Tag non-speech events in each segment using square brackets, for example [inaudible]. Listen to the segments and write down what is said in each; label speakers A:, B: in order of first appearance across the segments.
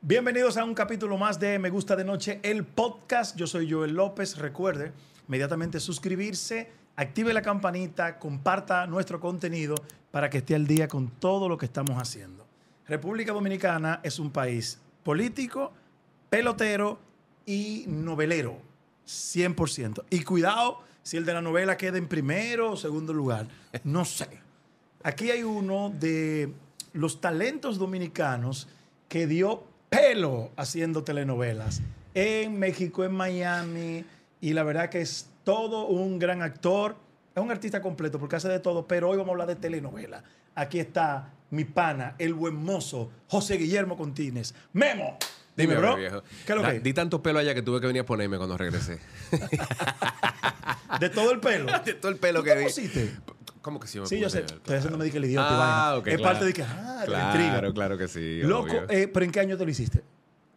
A: Bienvenidos a un capítulo más de Me Gusta de Noche, el podcast. Yo soy Joel López. Recuerde inmediatamente suscribirse, active la campanita, comparta nuestro contenido para que esté al día con todo lo que estamos haciendo. República Dominicana es un país político, pelotero y novelero, 100%. Y cuidado si el de la novela queda en primero o segundo lugar, no sé. Aquí hay uno de los talentos dominicanos que dio pelo haciendo telenovelas en México, en Miami, y la verdad que es todo un gran actor. Es un artista completo porque hace de todo, pero hoy vamos a hablar de telenovela. Aquí está mi pana, el buen mozo, José Guillermo Contines. Memo, dime, bro.
B: viejo.
A: ¿Qué es lo
B: Da-
A: que es?
B: Di tanto pelo allá que tuve que venir a ponerme cuando regresé.
A: De todo el pelo.
B: [laughs] de [laughs] todo el pelo
A: ¿Tú
B: que
A: te
B: di.
A: pusiste?
B: ¿Cómo que sí me
A: Sí, yo
B: puse?
A: sé. Estoy haciéndome de que el idiota. y
B: Ah,
A: vaina.
B: ok,
A: es
B: claro.
A: parte de que, ah, de la intriga.
B: Claro, claro que sí.
A: Loco,
B: obvio.
A: eh, pero ¿en qué año te lo hiciste?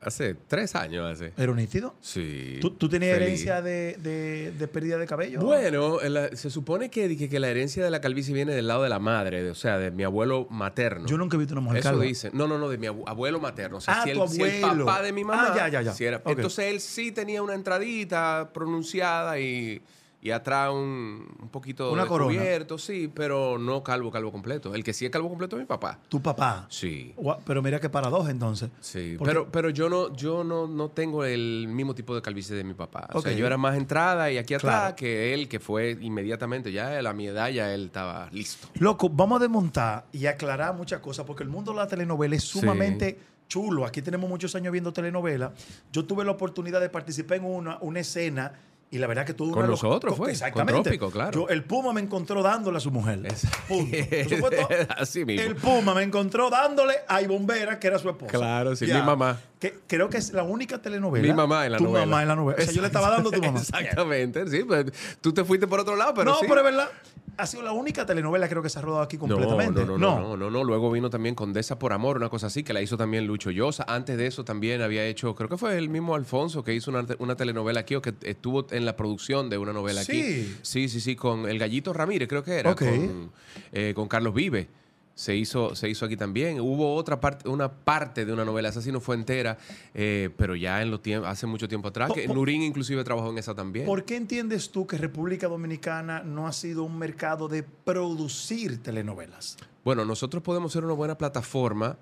B: Hace tres años hace.
A: ¿Era un nítido?
B: Sí.
A: ¿Tú, tú tenías
B: Feliz.
A: herencia de, de- de pérdida de cabello?
B: Bueno, en la- se supone que, dije que la herencia de la calvicie viene del lado de la madre, de- o sea, de mi abuelo materno.
A: Yo nunca he visto una mujer
B: Eso
A: calva.
B: dicen. No, no, no, de mi abu- abuelo materno. O sea,
A: Ah,
B: si, el,
A: tu
B: si el
A: abuelo.
B: papá de mi mamá.
A: Ah, ya, ya, ya.
B: si era-
A: Ok.
B: Entonces él sí tenía una entradita pronunciada y, y atrás un, un poquito
A: Una corona.
B: descubierto, sí, pero no calvo, calvo completo. El que sí es calvo completo es mi papá.
A: Tu papá.
B: Sí.
A: Gua- Pero mira qué paradoja entonces.
B: Sí,
A: Porque-
B: pero, pero yo no yo no, no tengo el mismo tipo de calvicie de mi papá. O sea,
A: Ok.
B: yo era más entrada y aquí atrás
A: Claro.
B: que él, que fue inmediatamente. Ya él, a mi edad ya él estaba listo.
A: Loco, vamos a desmontar y aclarar muchas cosas porque el mundo de la telenovela es sumamente chulo. Aquí tenemos muchos años viendo telenovela. Yo tuve la oportunidad de participar en una, una escena y la verdad que todo
B: Con nosotros fue, con Trópico, claro.
A: Yo, el Puma me encontró dándole a su mujer.
B: Es- [laughs]
A: Punto. Por supuesto,
B: Así mismo.
A: el Puma me encontró dándole a Bombera, que era su esposa.
B: Claro, sí,
A: Ya.
B: mi mamá.
A: Que, creo que es la única telenovela.
B: Mi mamá en la
A: tu
B: novela.
A: Tu mamá en la novela. O sea, yo le estaba dando a tu mamá.
B: [laughs] Exactamente, sí. pues, tú te fuiste por otro lado, pero
A: no,
B: sí.
A: pero es verdad. Ha sido la única telenovela creo que se ha rodado aquí
B: No,
A: completamente.
B: No no, no, no, no, no. Luego vino también Condesa por Amor, una cosa así, que la hizo también Lucho Llosa. Antes de eso también había hecho, creo que fue el mismo Alfonso que hizo una, una telenovela aquí o que estuvo en la producción de una novela
A: Sí.
B: aquí. Sí, sí, sí, con El Gallito Ramírez, creo que era.
A: Ok.
B: Con, eh, con Carlos Vive. Se hizo, se hizo aquí también. Hubo otra parte, una parte de una novela, esa sí no fue entera, eh, pero ya en los tiempos, hace mucho tiempo atrás,
A: Po-
B: que
A: po-
B: Nurín inclusive trabajó en esa también.
A: ¿Por qué entiendes tú que República Dominicana no ha sido un mercado de producir telenovelas?
B: Bueno, nosotros podemos ser una buena plataforma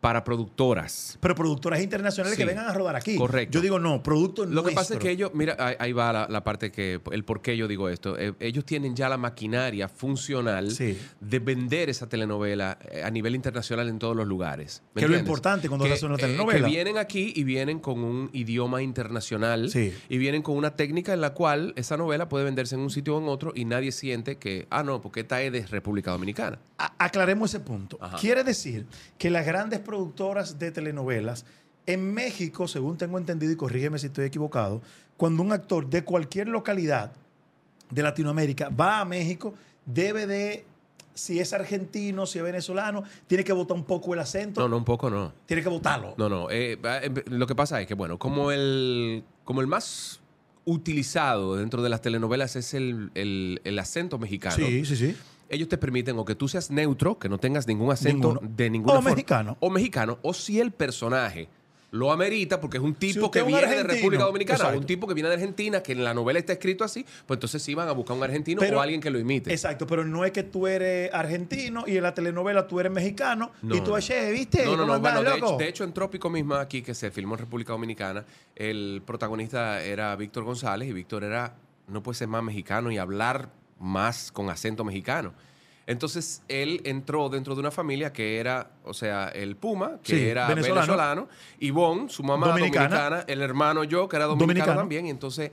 B: para productoras.
A: Pero productoras internacionales que
B: Sí.
A: vengan a rodar aquí.
B: Correcto.
A: Yo digo, no, producto
B: Lo que pasa es que ellos, mira, ahí, ahí va la, la parte que, el por qué yo digo esto. Eh, ellos tienen ya la maquinaria funcional
A: Sí.
B: de vender esa telenovela eh, a nivel internacional en todos los lugares. ¿me
A: Que es lo
B: entiendes?
A: importante cuando se hace una
B: eh,
A: telenovela.
B: que vienen aquí y vienen con un idioma internacional
A: Sí.
B: y vienen con una técnica en la cual esa novela puede venderse en un sitio o en otro y nadie siente que, ah, no, porque esta es de República Dominicana.
A: A- aclaremos ese punto.
B: Ajá.
A: Quiere decir que las grandes productoras de telenovelas en México, según tengo entendido, y corrígeme si estoy equivocado, cuando un actor de cualquier localidad de Latinoamérica va a México, debe de, si es argentino, si es venezolano, tiene que botar un poco el acento,
B: No, no, un poco no.
A: tiene que botarlo.
B: No, no. eh, eh, lo que pasa es que, bueno, como el, como el más utilizado dentro de las telenovelas es el, el- el acento mexicano.
A: Sí, sí, sí.
B: Ellos te permiten o que tú seas neutro, que no tengas ningún acento
A: Ninguno.
B: de ninguna
A: O
B: forma.
A: mexicano.
B: O mexicano. O si el personaje lo amerita porque es un tipo
A: usted
B: que
A: es un
B: viene de
A: argentino,
B: República Dominicana o
A: exacto.
B: un tipo que viene de Argentina, que en la novela está escrito así, pues entonces sí van a buscar un argentino
A: Pero-
B: o alguien que lo imite.
A: Exacto, pero no es que tú eres argentino y en la telenovela tú eres mexicano
B: No,
A: y tú
B: no.
A: che, ¿viste?
B: No, no,
A: ¿Cómo
B: no.
A: andás,
B: Bueno, de
A: loco?
B: hecho, de hecho, en Trópico misma, aquí que se filmó en República Dominicana, el protagonista era Víctor González y Víctor era, no puede ser más mexicano y hablar más con acento mexicano. Entonces, él entró dentro de una familia que era, o sea, el Puma, que
A: Sí,
B: era
A: venezolano.
B: venezolano, Ivonne, su mamá
A: Dominicana.
B: dominicana. el hermano yo, que era dominicano,
A: Dominicano.
B: también, y entonces...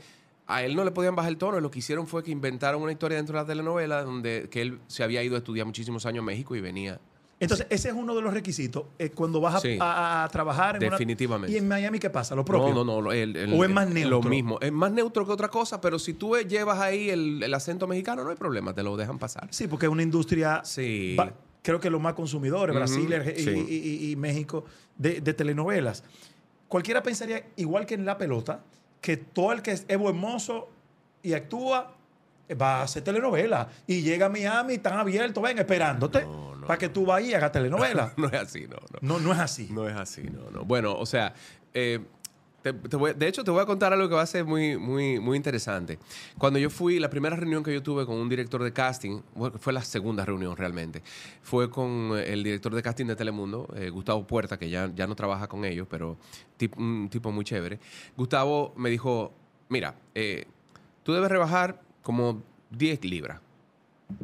B: A él no le podían bajar el tono y lo que hicieron fue que inventaron una historia dentro de la telenovela donde que él se había ido a estudiar muchísimos años a México y venía
A: Entonces, ese es uno de los requisitos eh, cuando vas a,
B: Sí.
A: a- a- a trabajar en una-
B: Definitivamente.
A: ¿Y en Miami qué pasa? Lo propio.
B: No, no, no. el- el-
A: ¿O es más
B: el-
A: neutro?
B: Lo mismo. Es más neutro que otra cosa, pero si tú eh, llevas ahí el, el acento mexicano, no hay problema, te lo dejan pasar.
A: Sí, porque es una industria.
B: Sí.
A: va- creo que los más consumidores,
B: Ujú,
A: Brasil Arge- y,
B: sí.
A: y- y- y México, de, de telenovelas. Cualquiera pensaría, igual que en la pelota, que todo el que es, es buen mozo y actúa eh, va a hacer telenovela y llega a Miami, están abiertos, ven, esperándote
B: No, no,
A: para que tú vayas y hagas
B: [laughs]
A: telenovela.
B: [laughs] No es así, no, no.
A: No, no es así.
B: No es así, no, no. Bueno, o sea, eh, te- te voy- de hecho te voy a contar algo que va a ser muy, muy, muy interesante. Cuando yo fui, la primera reunión que yo tuve con un director de casting, bueno, fue la segunda reunión realmente, fue con eh, el director de casting de Telemundo, eh, Gustavo Puerta, que ya, ya no trabaja con ellos, pero tip- un tipo muy chévere. Gustavo me dijo, mira, eh, tú debes rebajar como 10 libras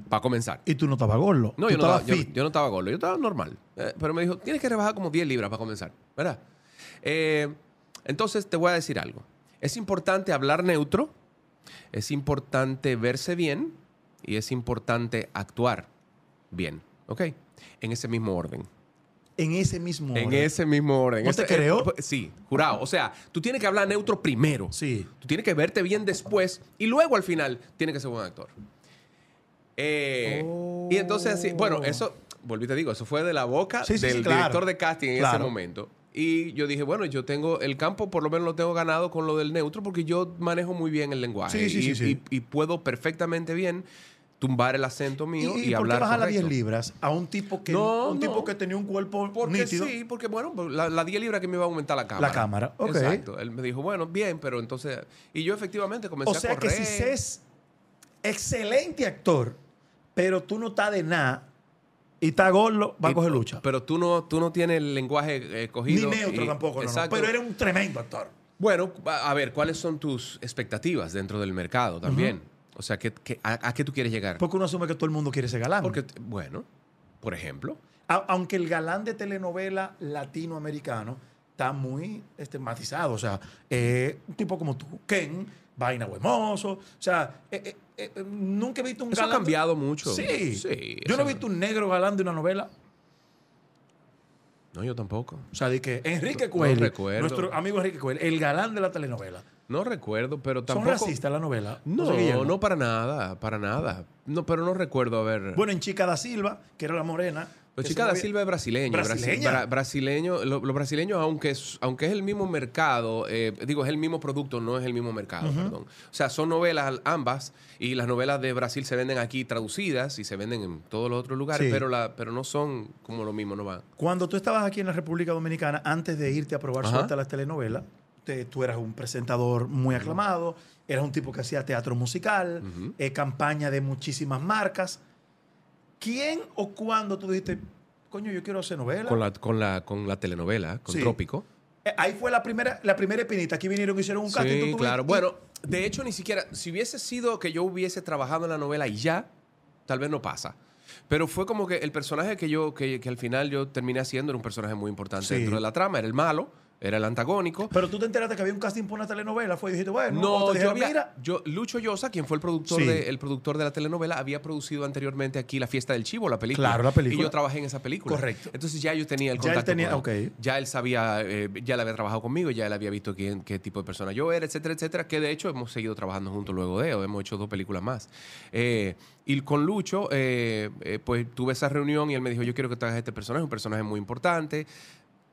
B: para comenzar.
A: Y tú no estabas gordo.
B: No,
A: tú
B: yo no,
A: estabas
B: estaba, yo,
A: fit.
B: yo no estaba gordo, yo estaba normal. Eh, pero me dijo, tienes que rebajar como 10 libras para comenzar, ¿verdad? Eh, entonces te voy a decir algo. Es importante hablar neutro, es importante verse bien y es importante actuar bien, ¿ok? En ese mismo orden.
A: En ese mismo
B: En
A: orden.
B: ese mismo orden.
A: ¿No te
B: Ese-
A: creo?
B: eh, sí, jurado. O sea, tú tienes que hablar neutro primero.
A: Sí.
B: Tú tienes que verte bien después y luego al final tienes que ser buen actor. Eh,
A: Oh.
B: Y entonces así, bueno, eso, volví te digo, eso fue de la boca
A: Sí, sí,
B: del
A: sí, claro.
B: director de casting en ese
A: Claro.
B: momento. Y yo dije, bueno, yo tengo el campo, por lo menos lo tengo ganado con lo del neutro porque yo manejo muy bien el lenguaje
A: Sí, sí, sí,
B: y,
A: sí.
B: y- y puedo perfectamente bien tumbar el acento
A: ¿Y,
B: mío y,
A: y por
B: hablar
A: qué bajar las 10
B: correcto.
A: libras a un tipo que,
B: No,
A: un
B: no.
A: tipo que tenía un cuerpo
B: Porque
A: nítido?
B: sí, porque bueno, la, la 10 libras que me iba a aumentar la cámara.
A: cámara, ok.
B: Exacto. Él me dijo, bueno, bien, pero entonces. Y yo efectivamente comencé
A: O sea
B: a
A: que
B: correr.
A: si es excelente actor, pero tú no estás de nada y estás gordo, va a
B: Y-
A: coger lucha.
B: Pero tú no, tú no tienes el lenguaje eh, cogido.
A: Ni neutro
B: y-
A: tampoco, no, no.
B: Exacto.
A: Pero era un tremendo actor.
B: Bueno, a a ver, ¿cuáles son tus expectativas dentro del mercado también? O sea, ¿qué- qué- a, a qué tú quieres llegar?
A: Porque uno asume que todo el mundo quiere ser galán.
B: Porque, t- bueno, por ejemplo.
A: A- aunque el galán de telenovela latinoamericano está muy este, matizado. O sea, eh, un tipo como tú, Ken, Vaina Huemoso. O sea, eh, eh, eh, eh, nunca he visto un
B: Eso ha
A: galán.
B: cambiado mucho.
A: Sí.
B: Sí,
A: Yo no he
B: eso-
A: visto un negro galán de una novela.
B: No, yo tampoco.
A: O sea, de que Enrique
B: No
A: Cuello,
B: recuerdo.
A: nuestro amigo Enrique Cuello, el galán de la telenovela.
B: No recuerdo, pero
A: ¿Son
B: tampoco.
A: racistas la novela?
B: No,
A: José Guillermo?
B: no, para nada, para nada. No, pero no recuerdo haber.
A: Bueno, en Chica da Silva, que era la morena.
B: Los
A: que se
B: chicas Pues da
A: movía-
B: Silva es brasileño.
A: Brasileña.
B: Brasi- bra- brasileño lo- los brasileños, aunque es, aunque es el mismo mercado, eh, digo, es el mismo producto, no es el mismo mercado, perdón. O sea, son novelas ambas y las novelas de Brasil se venden aquí traducidas y se venden en todos los otros lugares,
A: Sí.
B: pero, la, pero no son como lo mismo, no van.
A: Cuando tú estabas aquí en la República Dominicana, antes de irte a probar
B: Ajá.
A: suerte a las telenovelas, te- tú eras un presentador muy aclamado, eras un tipo que hacía teatro musical,
B: Ujú.
A: eh, campaña de muchísimas marcas. ¿Quién o cuándo tú dijiste, coño, yo quiero hacer novela?
B: Con la, con la, con la telenovela, con
A: Sí.
B: Trópico.
A: Eh, ahí fue la primera, la primera espinita. Aquí vinieron y hicieron un casting. tú
B: Sí,
A: tuviste-
B: claro.
A: y-
B: Bueno, de hecho, ni siquiera, si hubiese sido que yo hubiese trabajado en la novela y ya, tal vez no pasa. Pero fue como que el personaje que yo, que, que al final yo terminé haciendo era un personaje muy importante
A: Sí.
B: dentro de la trama, era el malo, era el antagónico.
A: Pero tú te enteraste que había un casting por una telenovela, fue y dijiste, bueno, o
B: No,
A: te
B: yo
A: dijeron,
B: había,
A: mira,
B: yo, Lucho Llosa, quien fue el productor,
A: Sí.
B: de, el productor de la telenovela, había producido anteriormente aquí La Fiesta del Chivo, la película.
A: Claro, la película.
B: Y yo trabajé en esa película.
A: Correcto.
B: Entonces ya yo tenía el
A: Ya él
B: contacto.
A: tenía-
B: con él.
A: ok.
B: Ya él sabía, eh, ya él había trabajado conmigo, ya él había visto quién, qué tipo de persona yo era, etcétera, etcétera. Que de hecho hemos seguido trabajando juntos luego de, o hemos hecho dos películas más. Eh, y con Lucho, eh, eh, pues tuve esa reunión y él me dijo, yo quiero que traigas este personaje, un personaje muy importante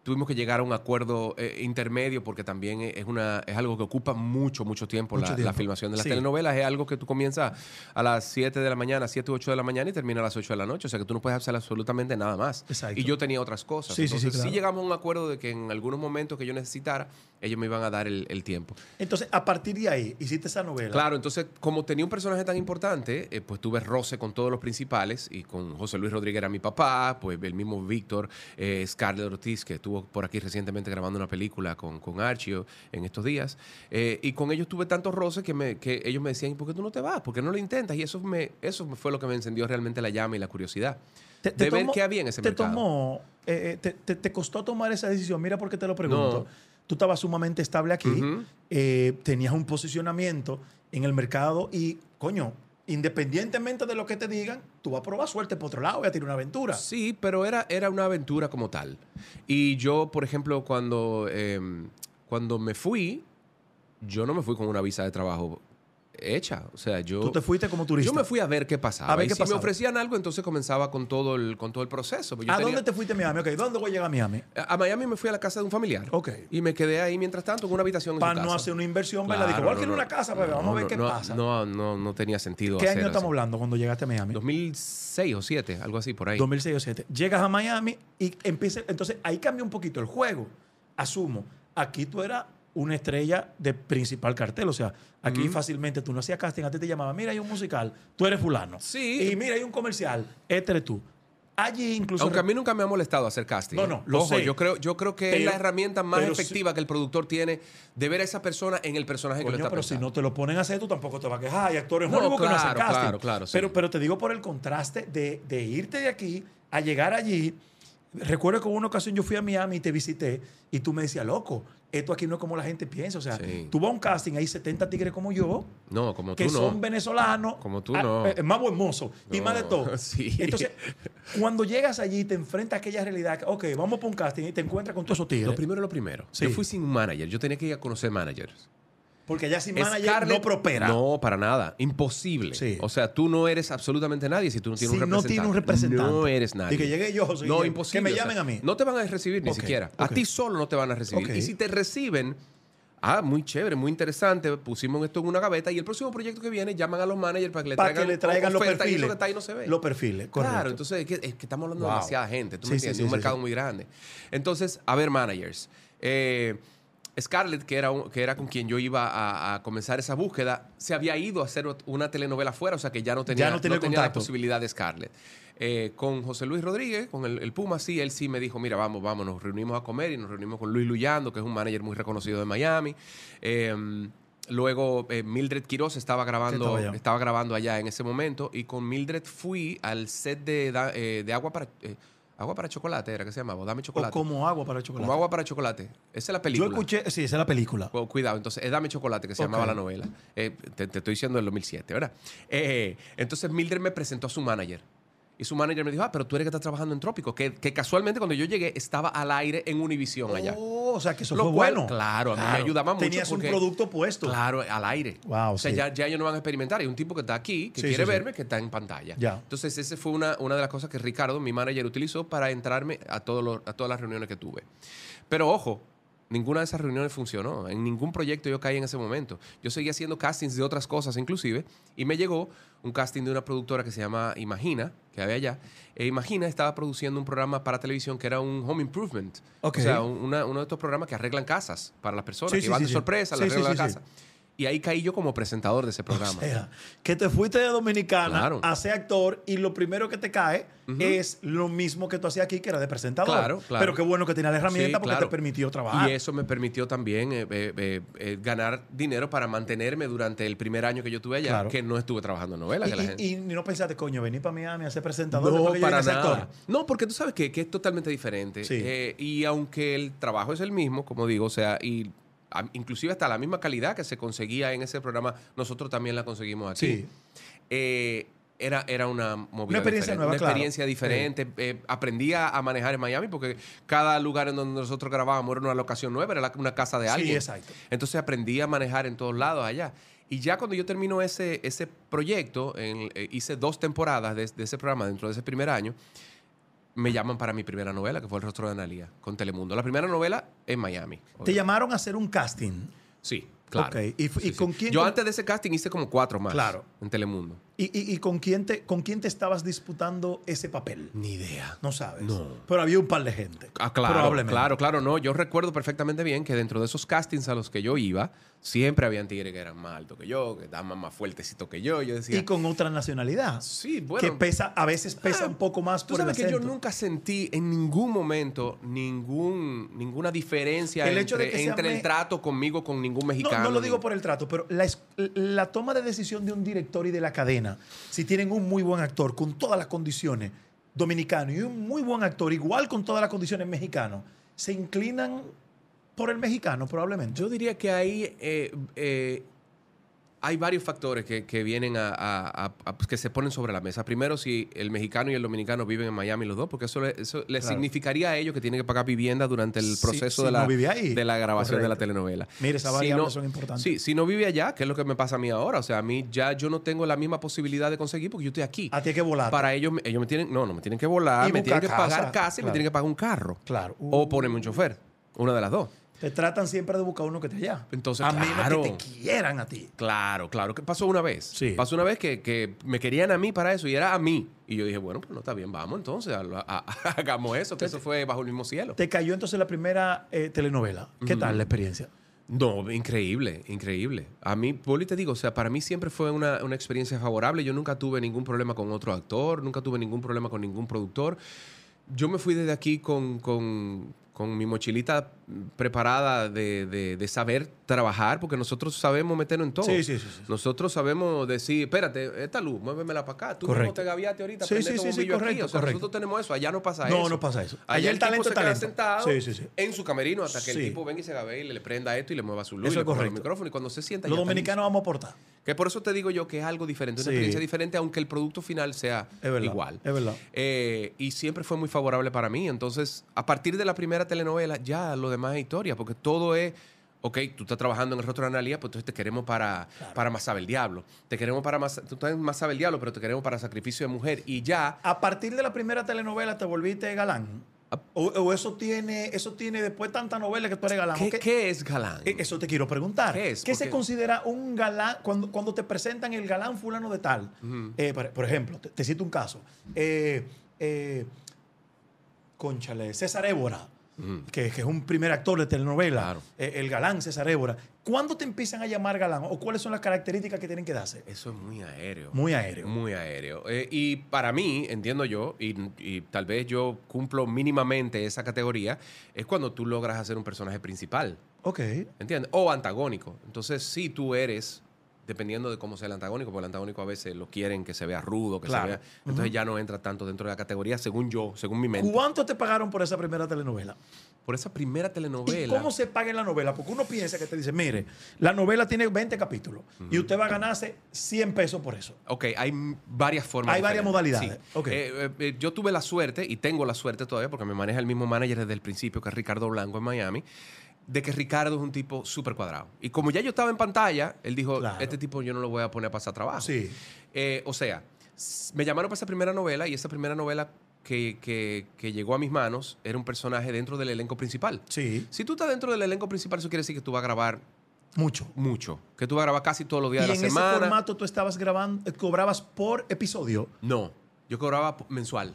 B: tuvimos que llegar a un acuerdo eh, intermedio porque también e, es una es algo que ocupa mucho, mucho tiempo,
A: Mucho
B: la,
A: tiempo.
B: la filmación de las
A: Sí.
B: telenovelas. Es algo que tú comienzas a las 7 de la mañana, 7 u 8 de la mañana y termina a las 8 de la noche. O sea que tú no puedes hacer absolutamente nada más.
A: Exacto.
B: Y yo tenía otras cosas.
A: Sí, sí, sí,
B: Entonces sí,
A: claro.
B: llegamos a un acuerdo de que en algunos momentos que yo necesitara, ellos me iban a dar el, el tiempo.
A: entonces a partir de ahí hiciste esa novela.
B: Claro, entonces como tenía un personaje tan importante, eh, pues tuve roce con todos los principales y con José Luis Rodríguez era mi papá, pues el mismo Víctor, eh, Scarlett Ortiz, que estuvo por aquí recientemente grabando una película con, con Archie en estos días, eh, y con ellos tuve tantos roces que, me, que ellos me decían, ¿por qué tú no te vas? ¿Por qué no lo intentas? Y eso, me, eso fue lo que me encendió realmente la llama y la curiosidad.
A: Te-
B: de
A: te
B: ver
A: tomó-
B: qué había en ese
A: te
B: mercado.
A: Tomó, eh, eh, te, te- te costó tomar esa decisión. Mira por qué te lo pregunto. Tú estabas sumamente estable aquí,
B: Ujú.
A: eh, tenías un posicionamiento en el mercado y, coño, independientemente de lo que te digan, tú vas a probar suerte por otro lado, voy a tener una aventura.
B: Sí, pero era, era una aventura como tal. Y yo, por ejemplo, em, cuando, eh, cuando me fui, yo no me fui con una visa de trabajo hecha. O sea, yo.
A: Tú te fuiste como turista.
B: Yo me fui a ver qué pasaba.
A: A ver
B: y
A: qué
B: si
A: pasaba.
B: me ofrecían algo, entonces comenzaba con todo el, con todo el proceso. Pues yo
A: ¿A
B: tenía-
A: dónde te fuiste a Miami? Ok, ¿dónde voy a llegar a Miami?
B: A a Miami me fui a la casa de un familiar.
A: Ok.
B: Y me quedé ahí mientras tanto en una habitación. en su
A: Para no
B: casa.
A: hacer una inversión, ¿verdad? Dije,
B: Claro,
A: voy a
B: no,
A: alquilar
B: no.
A: una casa, pero vamos a
B: No,
A: ver
B: no,
A: qué
B: no,
A: pasa.
B: No, no, no tenía sentido.
A: ¿Qué
B: hacer
A: año
B: eso.
A: estamos hablando cuando llegaste a Miami?
B: 2006 o 7, algo así por ahí.
A: 2006 o 2007. Llegas a Miami y empieza. Entonces ahí cambia un poquito el juego. Asumo, aquí tú eras una estrella de principal cartel. O sea, aquí fácilmente tú no hacías casting, a ti te llamaban, mira, hay un musical, tú eres fulano.
B: Sí.
A: Y mira, hay un comercial, este eres tú. Allí incluso.
B: Aunque a mí nunca me ha molestado hacer casting.
A: Pues No,
B: ¿eh?
A: no, lo
B: Ojo,
A: sé.
B: yo creo, yo creo que es
A: Pero-
B: la herramienta más
A: pero si-
B: efectiva que el productor tiene de ver a esa persona en el personaje
A: Coño,
B: que lo está
A: pero si
B: pensando.
A: no te lo ponen a hacer, tú tampoco te vas a quejar. Hay actores en
B: No,
A: Hollywood que no hacen
B: claro,
A: casting.
B: claro, claro, sí.
A: pero, pero te digo por el contraste de, de irte de aquí a llegar allí. Recuerdo que hubo una ocasión yo fui a Miami y te visité y tú me decías, loco, esto aquí no es como la gente piensa. O sea,
B: Sí.
A: tú vas a un casting, hay 70 tigres como yo,
B: No, como tú
A: que
B: no.
A: son venezolanos.
B: Como tú
A: ah,
B: no.
A: eh, más buen mozo y
B: No,
A: más de todo.
B: [laughs] sí.
A: Entonces, cuando llegas allí y te enfrentas a aquella realidad, que, ok, vamos para un casting y te encuentras con todos esos tigres.
B: Lo primero es lo primero.
A: Sí.
B: Yo fui sin un manager. Yo tenía que ir a conocer managers.
A: porque allá sin manager
B: Scarlett-
A: no prospera.
B: No, para nada. Imposible.
A: Sí.
B: O sea, tú no eres absolutamente nadie si tú no tienes
A: si
B: un
A: no
B: representante.
A: tiene un representante.
B: No eres nadie.
A: Y que llegue yo, José
B: no,
A: Guillermo,
B: imposible.
A: Que me
B: o sea,
A: llamen a mí.
B: No te van a recibir ni
A: Ok,
B: siquiera. A
A: ok.
B: ti solo no te van a recibir.
A: Ok.
B: Y si te reciben, ah, muy chévere, muy interesante. Pusimos esto en una gaveta y el próximo proyecto que viene llaman a los managers para que le
A: para
B: traigan,
A: que le traigan los
B: oferta,
A: perfiles.
B: Y eso que está ahí no se ve.
A: Los perfiles, correcto.
B: Claro, entonces es que, es que estamos hablando
A: Wow.
B: de demasiada gente, tú
A: Sí,
B: me
A: sí,
B: entiendes,
A: sí,
B: un
A: sí,
B: mercado
A: sí.
B: muy grande. Entonces, a ver, managers. Eh, Scarlett, que era, un- que era con quien yo iba a, a comenzar esa búsqueda, se había ido a hacer una telenovela afuera, o sea que ya no tenía,
A: Ya no tenía
B: la
A: contacto.
B: posibilidad de Scarlett. Eh, con José Luis Rodríguez, con el, el Puma, sí, él sí me dijo, mira, vamos, vamos, nos reunimos a comer y nos reunimos con Luis Luyando, que es un manager muy reconocido de Miami. Eh, luego eh, Mildred Quiroz estaba grabando,
A: estaba allá.
B: estaba grabando allá en ese momento y con Mildred fui al set de, da- eh, de agua para eh, agua para chocolate era que se llamaba, dame
A: o
B: chocolate,
A: como agua para el chocolate.
B: como agua para chocolate. Esa es la
A: Yo
B: película.
A: escuché, sí, esa es la película.
B: Cu- Cuidado, entonces, eh, Dame Chocolate, que se
A: Ok.
B: llamaba la novela. Eh, te, te estoy diciendo del 2007, ¿verdad? Eh, entonces, Mildred me presentó a su manager. Y su manager me dijo, ah, pero tú eres que estás trabajando en Trópico. Que, que casualmente cuando yo llegué estaba al aire en Univisión allá.
A: Oh, o sea, que eso
B: Lo
A: fue
B: cual,
A: bueno.
B: claro, a mí me ayudaba mucho
A: Tenías
B: porque-
A: un producto puesto.
B: Claro, al aire.
A: Wow,
B: o sea,
A: sí.
B: ya, ya ellos no van a experimentar. Hay un tipo que está aquí, que
A: Sí,
B: quiere
A: sí, sí.
B: verme, que está en pantalla.
A: Ya.
B: Entonces, esa fue una, una de las cosas que Ricardo, mi manager, utilizó para entrarme a, todos los- a todas las reuniones que tuve. Pero ojo, ninguna de esas reuniones funcionó. En ningún proyecto yo caí en ese momento. Yo seguía haciendo castings de otras cosas inclusive y me llegó un casting de una productora que se llama Imagina, que había allá. E Imagina estaba produciendo un programa para televisión que era un home improvement.
A: Ok.
B: O sea, un- una- uno de estos programas que arreglan casas para las personas,
A: Sí,
B: que
A: sí,
B: van
A: sí,
B: de
A: sí.
B: sorpresa, le
A: Sí, sí,
B: arreglan la
A: sí, sí.
B: casa. Y ahí caí yo como presentador de ese
A: [laughs]
B: programa.
A: O sea, que te fuiste de Dominicana
B: Claro.
A: a ser actor y lo primero que te cae
B: Ujú.
A: es lo mismo que tú hacías aquí, que era de presentador.
B: Claro, claro.
A: Pero qué bueno que tenías la herramienta
B: Sí,
A: porque
B: claro.
A: te permitió trabajar.
B: Y eso me permitió también eh, eh, eh, eh, ganar dinero para mantenerme durante el primer año que yo tuve allá,
A: Claro.
B: que no estuve trabajando en novelas. que la
A: Y-
B: gente-
A: y- y no pensaste, coño, vení para Miami a ser presentador.
B: No,
A: después que yo
B: para
A: llegue a ser
B: nada.
A: actor.
B: No, porque tú sabes que, que es totalmente diferente.
A: Sí.
B: Eh, y aunque el trabajo es el mismo, como digo, o sea, y a- inclusive hasta la misma calidad que se conseguía en ese programa, nosotros también la conseguimos aquí.
A: Sí.
B: Eh, era, era una
A: Una
B: movida
A: experiencia
B: diferente,
A: nueva,
B: una
A: claro.
B: experiencia diferente. Eh, aprendí a, a manejar en Miami porque cada lugar en donde nosotros grabábamos era una locación nueva, era la- una casa de alguien.
A: Sí, exacto.
B: Entonces aprendí a manejar en todos lados allá. Y ya cuando yo termino ese, ese proyecto, en- eh, hice dos temporadas de, de ese programa dentro de ese primer año, me llaman para mi primera novela, que fue El rostro de Analía, con Telemundo. La primera novela en Miami.
A: Te
B: obvio.
A: llamaron a hacer un casting.
B: Sí, claro.
A: Ok. ¿Y, f- y
B: Sí, sí.
A: con quién?
B: Yo
A: con-
B: antes de ese casting hice como cuatro más
A: Claro.
B: en Telemundo.
A: ¿Y, y- y con, quién te, con quién te estabas disputando ese papel?
B: Ni idea.
A: No sabes.
B: No.
A: Pero había un par de gente.
B: Ah, claro,
A: Probablemente.
B: claro, claro, no. Yo recuerdo perfectamente bien que dentro de esos castings a los que yo iba, siempre habían tigres que eran más altos que yo, que estaban más fuertecitos que yo. Yo decía,
A: Y con otra nacionalidad.
B: sí,
A: que
B: bueno.
A: pesa, a veces pesa
B: Ah,
A: un poco más
B: Tú
A: por
B: sabes
A: el
B: que yo
A: acento.
B: nunca sentí en ningún momento ningún, ninguna diferencia
A: El
B: entre,
A: hecho de que sea
B: entre
A: me-
B: el trato conmigo con ningún
A: No,
B: mexicano.
A: no lo digo
B: ni-
A: por el trato, pero la, es- la toma de decisión de un director y de la cadena, si tienen un muy buen actor con todas las condiciones dominicano y un muy buen actor igual con todas las condiciones mexicano, se inclinan por el mexicano probablemente.
B: Yo diría que ahí eh, eh, hay varios factores que, que vienen a, a- a- a- pues, que se ponen sobre la mesa. Primero, si el mexicano y el dominicano viven en Miami los dos, porque eso, le- eso les
A: Claro.
B: significaría a ellos que tienen que pagar vivienda durante el
A: Si-
B: proceso
A: si
B: de, la,
A: no vive ahí.
B: de la grabación de la
A: Correcto.
B: telenovela.
A: Mire, esas
B: Si
A: variables
B: no-
A: son importantes.
B: Sí, si no vive allá, que es lo que me pasa a mí ahora. O sea, a mí ya yo no tengo la misma posibilidad de conseguir porque yo estoy aquí.
A: A ti hay que volar.
B: Para ellos, ellos me tienen, no, no me tienen que volar,
A: Y
B: me
A: buscar
B: tienen que
A: casa.
B: pagar casa y
A: Claro.
B: me tienen que pagar un carro.
A: Claro. Uh.
B: O ponerme un chofer. Una de las dos.
A: Te tratan siempre de buscar uno que te allá.
B: Entonces,
A: a menos
B: claro.
A: que te quieran a ti.
B: Claro, claro. que Pasó una vez.
A: Sí.
B: Pasó una vez que, que me querían a mí para eso y era a mí. Y yo dije, bueno, pues no está bien, vamos entonces, a- a- [laughs] a- hagamos eso, que eso fue bajo el mismo cielo.
A: Te cayó entonces la primera eh, telenovela. ¿Qué tal la experiencia?
B: No, increíble, increíble. A mí, Poli, te digo, o sea, para mí siempre fue una, una experiencia favorable. Yo nunca tuve ningún problema con otro actor, nunca tuve ningún problema con ningún productor. Yo me fui desde aquí con, con- con mi mochilita preparada de, de- de saber trabajar, porque nosotros sabemos meternos en todo.
A: Sí, sí, sí, sí.
B: Nosotros sabemos decir, espérate, esta luz, muévemela para acá. Tú mismo
A: Correcto.
B: te gaviaste ahorita,
A: Sí,
B: prendete
A: sí, sí,
B: un
A: sí,
B: bombillo aquí.
A: correcto,
B: O sea,
A: correcto.
B: nosotros tenemos eso. Allá no pasa
A: No,
B: eso.
A: no pasa eso.
B: Allá, el, talento se
A: es
B: queda
A: talento.
B: sentado
A: Sí, sí, sí.
B: en su camerino hasta que
A: Sí.
B: el tipo venga y se gabe y le, le prenda esto y le mueva su luz
A: Eso es
B: y le ponga el
A: correcto.
B: micrófono. Y cuando se sienta
A: Los
B: ya está
A: dominicanos vamos a aportar.
B: listo. Que por eso te digo yo que es algo diferente, una
A: Sí.
B: experiencia diferente, aunque el producto final sea
A: Es verdad.
B: igual.
A: Es verdad.
B: Eh, y siempre fue muy favorable para mí. Entonces, a partir de la primera telenovela, ya lo demás es historia, porque todo es. Ok, tú estás trabajando en el rostro de Analía, pues entonces te queremos para, para Más sabe el Diablo. Te queremos para Más. Tú estás en Más sabe el Diablo, pero te queremos para Sacrificio de Mujer. Y ya.
A: A partir de la primera telenovela te volviste galán.
B: Ah.
A: O, o eso tiene, eso tiene después tanta novela que tú eres galán.
B: ¿Qué,
A: ¿ok?
B: qué es galán?
A: Eh, Eso te quiero preguntar.
B: ¿Qué es?
A: se
B: Porque-
A: considera un galán cuando, cuando te presentan el galán fulano de tal? Eh, por, por ejemplo, te, te cito un caso. Eh, eh, Cónchale, César Évora, que, que es un primer actor de telenovela.
B: Claro.
A: Eh, el galán César Évora. ¿Cuándo te empiezan a llamar galán o cuáles son las características que tienen que darse?
B: Eso es muy aéreo.
A: Muy aéreo.
B: Muy aéreo. Eh, y para mí, entiendo yo, y, y tal vez yo cumplo mínimamente esa categoría, es cuando tú logras hacer un personaje principal,
A: Ok.
B: ¿entiendes? O antagónico. Entonces, si tú eres, dependiendo de cómo sea el antagónico, porque el antagónico a veces lo quieren que se vea rudo, que
A: Claro.
B: se vea... Entonces ya no entra tanto dentro de la categoría, según yo, según mi mente.
A: ¿Cuánto te pagaron por esa primera telenovela?
B: Por esa primera telenovela...
A: ¿Y cómo se paga en la novela? Porque uno piensa que te dice, mire, la novela tiene 20 capítulos y usted va a ganarse 100 pesos por eso.
B: Ok, hay m- varias formas.
A: Hay varias
B: diferentes.
A: modalidades. Ok.
B: Eh, eh, eh, yo tuve la suerte, y tengo la suerte todavía, porque me maneja el mismo manager desde el principio, que es Ricardo Blanco en Miami, de que Ricardo es un tipo súper cuadrado. Y como ya yo estaba en pantalla, él dijo,
A: Claro.
B: este tipo yo no lo voy a poner a pasar trabajo.
A: Sí.
B: Eh, o sea, s- me llamaron para esa primera novela, y esa primera novela que, que- que llegó a mis manos era un personaje dentro del elenco principal.
A: Sí,
B: Si tú estás dentro del elenco principal, eso quiere decir que tú vas a grabar
A: mucho.
B: mucho, que tú vas a grabar casi todos los
A: Y
B: días
A: en
B: de la
A: ese
B: semana.
A: formato tú estabas grabando, eh, cobrabas por episodio
B: No, yo cobraba p- mensual.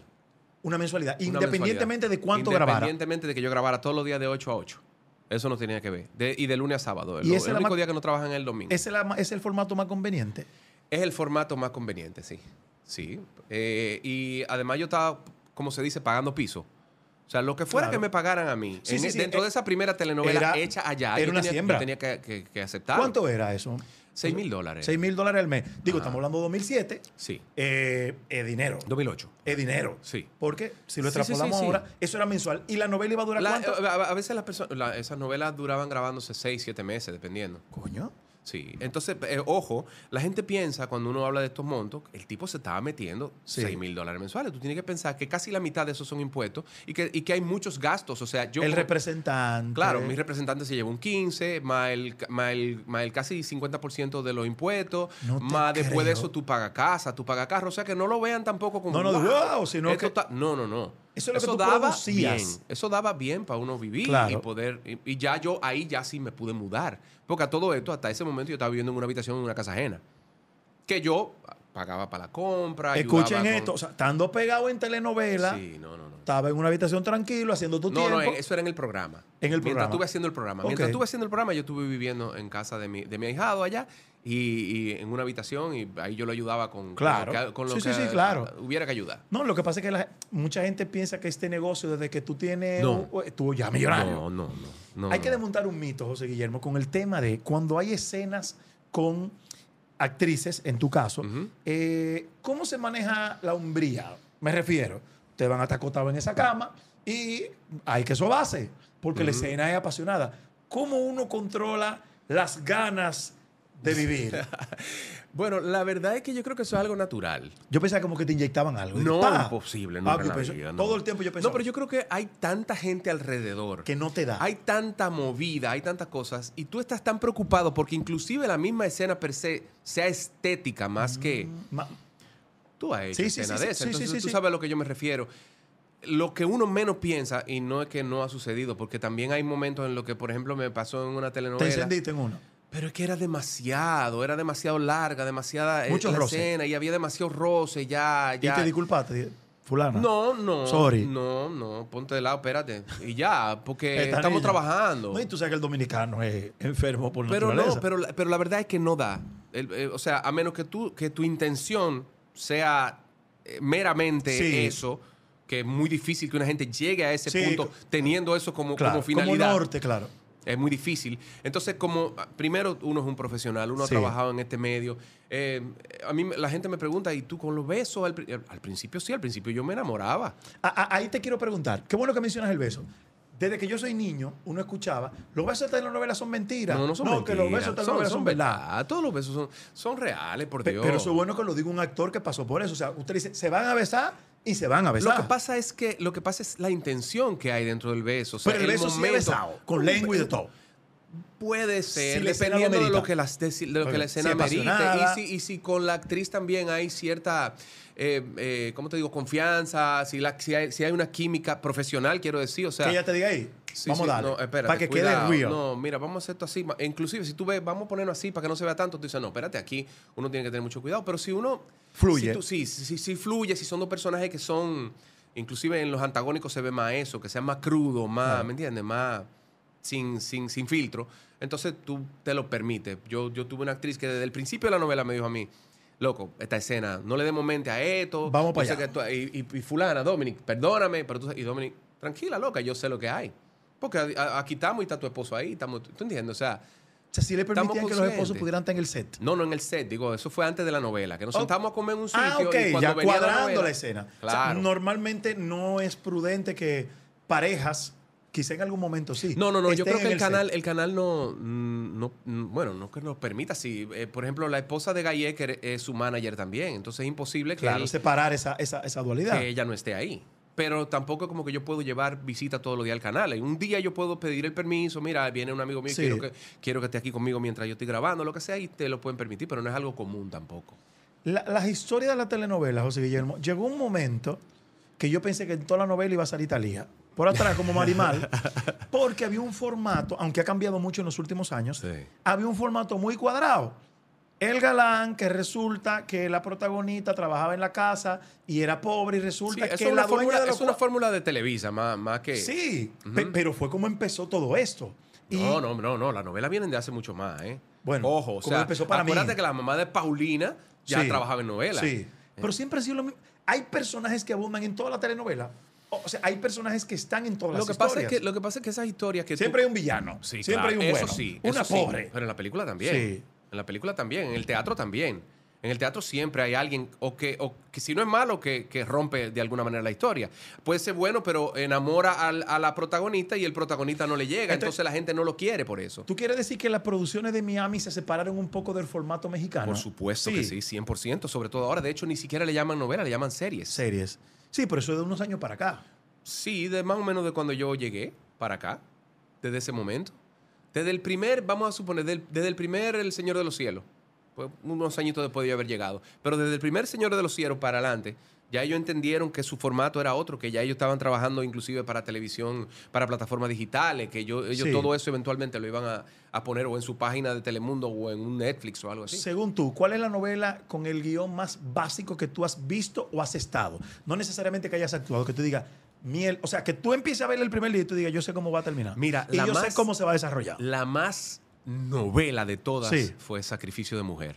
A: una mensualidad,
B: Una
A: independientemente
B: mensualidad.
A: de cuánto grabara.
B: Independientemente de que yo grabara todos los días de 8 a 8. Eso no tenía que ver. De- y de lunes a sábado. El,
A: Y
B: el
A: esa era
B: único
A: la-
B: día que no trabajan es el domingo. Es,
A: Ese es la- es el formato más conveniente.
B: el formato más conveniente, sí. Sí. Eh, y además yo estaba, como se dice, pagando piso. O sea, lo que fuera
A: Claro.
B: que me pagaran a mí,
A: Sí,
B: en- e
A: sí, sí.
B: dentro
A: Eh,
B: de esa primera telenovela
A: era-
B: hecha allá,
A: era
B: yo
A: una
B: tenía,
A: siembra.
B: yo tenía que, que, que aceptar.
A: ¿Cuánto era eso?
B: 6 mil dólares.
A: 6 mil dólares al mes. Digo,
B: Ajá.
A: estamos hablando de 2007.
B: Sí.
A: Eh, es dinero.
B: 2008.
A: Es dinero.
B: Sí.
A: Porque si lo
B: Sí, sí, sí,
A: extrapolamos
B: sí.
A: ahora, eso era mensual. ¿Y la novela iba a durar
B: La- eh,
A: cuánto?
B: a, a- a veces las personas, la- esas novelas duraban grabándose 6, 7 meses, dependiendo.
A: Coño.
B: Sí, entonces, eh, ojo, la gente piensa cuando uno habla de estos montos, el tipo se estaba metiendo
A: Sí.
B: 6 mil dólares mensuales. Tú tienes que pensar que casi la mitad de esos son impuestos y que, y que hay muchos gastos. O sea, yo.
A: el representante.
B: Claro, mi representante se lleva un 15, más el, ca- más el- más el casi 50% de los impuestos,
A: No te
B: más después de
A: creo.
B: eso tú pagas casa, tú pagas carro, o sea que no lo vean tampoco como...
A: No, no,
B: "Wow,
A: wow", sino
B: esto
A: que-
B: está-". No, no, no.
A: Eso es lo que tú
B: daba
A: producías.
B: bien, eso daba bien para uno vivir y
A: Claro.
B: poder... Y, y ya yo ahí ya sí me pude mudar, porque a todo esto, hasta ese momento yo estaba viviendo en una habitación en una casa ajena, que yo pagaba para la compra. ayudaba
A: Escuchen
B: con-
A: esto. O sea, estando pegado en telenovela,
B: Sí, no, no, no.
A: estaba en una habitación tranquilo, haciendo tu
B: No, eh,
A: tiempo.
B: no, en- eso era en el programa.
A: En el
B: Mientras
A: programa.
B: estuve haciendo el programa.
A: Ok.
B: Mientras estuve haciendo el programa, yo estuve viviendo en casa de mi, de mi ahijado allá y, y en una habitación y ahí yo lo ayudaba con, con
A: Claro.
B: lo que, con lo
A: Sí, sí,
B: que
A: sí, claro.
B: hubiera que ayudar.
A: No, lo que pasa es que la- mucha gente piensa que este negocio, desde que tú tienes.
B: No.
A: o- o- tú ya millonario.
B: No, no, no. no,
A: hay que
B: no.
A: desmontar un mito, José Guillermo, con el tema de cuando hay escenas con actrices, en tu caso,
B: Ujú.
A: eh, ¿cómo se maneja la hombría? Me refiero, te van a estar acotado en esa cama y hay que sobarse, porque la escena es apasionada. ¿Cómo uno controla las ganas de vivir.
B: [laughs] Bueno, la verdad es que yo creo que eso es algo natural.
A: Yo pensaba como que te inyectaban algo.
B: No,
A: ¡Pah!
B: imposible.
A: Papi,
B: nunca en la
A: pensé-
B: vida, no.
A: Todo el tiempo yo pensaba
B: No, pero yo creo que hay tanta gente alrededor.
A: que no te da.
B: Hay tanta movida, hay tantas cosas. Y tú estás tan preocupado porque inclusive la misma escena per se sea estética más que...
A: Ma-
B: Tú has hecho
A: Sí, sí,
B: escena
A: sí,
B: de
A: sí,
B: esa.
A: sí,
B: Entonces
A: sí,
B: tú
A: sí.
B: sabes a lo que yo me refiero. Lo que uno menos piensa, y no es que no ha sucedido, porque también hay momentos en los que, por ejemplo, me pasó en una
A: te
B: telenovela.
A: encendiste en uno.
B: Pero es que era demasiado, era demasiado larga, demasiada eh,
A: Muchos
B: la
A: roces.
B: escena y había demasiado roce, ya,
A: Y
B: ya.
A: te disculpaste. di- Fulana.
B: no, no.
A: Sorry.
B: No, no, ponte de lado, espérate. Y ya, porque
A: Están
B: eh, estamos
A: ellas.
B: trabajando.
A: No, y tú sabes que el dominicano es enfermo por
B: Pero
A: naturaleza.
B: no, pero, la- pero la verdad es que no da. El- eh, o sea, a menos que, tú, que tu intención sea eh, meramente
A: Sí.
B: eso, que es muy difícil que una gente llegue a ese
A: Sí,
B: punto
A: co-
B: teniendo eso como,
A: Claro,
B: como finalidad.
A: norte, claro.
B: Es muy difícil. Entonces, como ah, primero uno es un profesional, uno
A: Sí.
B: ha trabajado en este medio. Eh, a mí la gente me pregunta, ¿y tú con los besos? Al, pri- al principio sí, al principio yo me enamoraba.
A: A- a- ahí te quiero preguntar. Qué bueno que mencionas el beso. Desde que yo soy niño, uno escuchaba, los besos de telenovelas son mentiras.
B: No, no son
A: que los besos de
B: mentiras, son,
A: telenovelas son,
B: son
A: verdad.
B: verdad. Todos los besos son, son reales, por
A: Pe-
B: Dios.
A: Pero eso es bueno que lo diga un actor que pasó por eso. O sea, usted dice, se van a besar y se van a
B: Lo
A: besar.
B: que pasa es que lo que pasa es la intención que hay dentro del beso. O sea,
A: pero el beso sí es
B: momento-
A: besado, con lengua y de todo.
B: Puede ser,
A: Si la escena lo
B: dependiendo de lo
A: amerita.
B: que, las- de si- de lo que
A: Bueno,
B: la escena
A: si
B: merita.
A: apasionada.
B: Y si, y si con la actriz también hay cierta, eh, eh, ¿cómo te digo? Confianza, si, la, si, hay, si hay una química profesional, quiero decir. O sea,
A: que ella te diga ahí,
B: Sí,
A: vamos
B: sí,
A: a darle.
B: no, espérate,
A: para que
B: cuidado.
A: quede real.
B: No, mira, vamos a hacer esto así. Ma- Inclusive, si tú ves, vamos a ponerlo así para que no se vea tanto, tú dices, no, espérate, aquí uno tiene que tener mucho cuidado. Pero si uno...
A: Fluye.
B: Si tú- sí, sí, sí, sí fluye, si son dos personajes que son... Inclusive en los antagónicos se ve más eso, que sean más crudo, más,
A: Claro.
B: ¿me entiendes? Más sin, sin, sin filtro. Entonces tú te lo permites. Yo, yo tuve una actriz que desde el principio de la novela me dijo a mí, loco, esta escena, no le demos mente a esto.
A: Vamos pa'
B: yo sé
A: allá.
B: que tú- y, y- y fulana, Dominic, perdóname, pero tú... Y Dominic, tranquila, loca, yo sé lo que hay. Porque a- a- aquí estamos y está tu esposo ahí, estamos, ¿tú entiendes? O sea,
A: O sea, si le
B: Estamos
A: permitían que los esposos
B: conscientes.
A: pudieran estar en el set.
B: no, no en el set, digo, eso fue antes de la novela, que nos
A: Oh.
B: sentamos a comer en un sitio
A: Ah, ok,
B: y cuando
A: ya
B: venía la
A: cuadrando la,
B: novela-
A: escena. O sea,
B: Claro.
A: normalmente no es prudente que parejas, quizá en algún momento sí.
B: No, no, no. Yo
A: estén
B: creo que
A: en
B: el, canal,
A: set.
B: el canal no, mm, no, mm, bueno, no que nos permita. Si, eh, por ejemplo, la esposa de Gallecker es su manager también, entonces es imposible que,
A: Claro,
B: él-
A: separar esa, esa, esa dualidad.
B: que ella no esté ahí. Pero tampoco como que yo puedo llevar visita todos los días al canal. Y Un día yo puedo pedir el permiso, mira, viene un amigo mío, y
A: Sí.
B: quiero que quiero que esté aquí conmigo mientras yo estoy grabando, lo que sea, y te lo pueden permitir, pero no es algo común tampoco.
A: La- las historias de la telenovela, José Guillermo, llegó un momento que yo pensé que en toda la novela iba a salir Talía. Por atrás, como
B: [laughs]
A: Marimal. porque había un formato, aunque ha cambiado mucho en los últimos años,
B: Sí.
A: había un formato muy cuadrado. El galán que resulta que la protagonista trabajaba en la casa y era pobre y
B: Sí,
A: resulta
B: es,
A: que
B: una
A: la dueña
B: fórmula,
A: de los
B: es una
A: cua-
B: fórmula de Televisa, más, más que...
A: Sí, pe- pero fue como empezó todo esto. Y-
B: No, no, no, no. La novela vienen de hace mucho más, ¿eh?
A: Bueno,
B: ojo, o
A: como
B: sea,
A: empezó para mí.
B: acuérdate que la mamá de Paulina ya
A: Sí.
B: trabajaba en Eh. novelas.
A: Sí. Pero siempre ha sido lo mismo. Hay personajes que abundan en toda la telenovela. O o sea, hay personajes que están en todas
B: Lo
A: las
B: que,
A: historias.
B: pasa es que, lo que pasa es que esas historias que tú-
A: Siempre hay un villano.
B: Sí,
A: siempre
B: claro,
A: hay un
B: eso
A: bueno.
B: sí,
A: una
B: eso sí,
A: pobre.
B: pero en la película también.
A: Sí.
B: En la película también, en el teatro también. En el teatro siempre hay alguien o que, o que si no es malo, que, que rompe de alguna manera la historia. Puede ser bueno, pero enamora al- a la protagonista y el protagonista no le llega.
A: Entonces-
B: entonces la gente no lo quiere por eso.
A: ¿Tú quieres decir que las producciones de Miami se separaron un poco del formato mexicano?
B: Por supuesto que sí, 100%. Sobre todo ahora, de hecho, ni siquiera le llaman novela, le llaman series.
A: Series. Sí, pero eso es de unos años para acá.
B: Sí, de más o menos de cuando yo llegué para acá, desde ese momento. Desde el primer, vamos a suponer, del- desde el primer El Señor de los Cielos. Pues unos añitos después de yo haber llegado. Pero desde el primer Señor de los Cielos para adelante, ya ellos entendieron que su formato era otro, que ya ellos estaban trabajando inclusive para televisión, para plataformas digitales, que yo- ellos
A: Sí.
B: todo eso eventualmente lo iban a, a poner o en su página de Telemundo o en un Netflix o algo así.
A: Según tú, ¿cuál es la novela con el guión más básico que tú has visto o has estado? No necesariamente que hayas actuado, que tú digas, miel. O sea, que tú empieces a ver el primer día y tú digas, yo sé cómo va a terminar.
B: Mira,
A: y
B: la
A: yo sé
B: más-
A: cómo se va a desarrollar.
B: La más novela de todas
A: Sí.
B: fue Sacrificio de Mujer.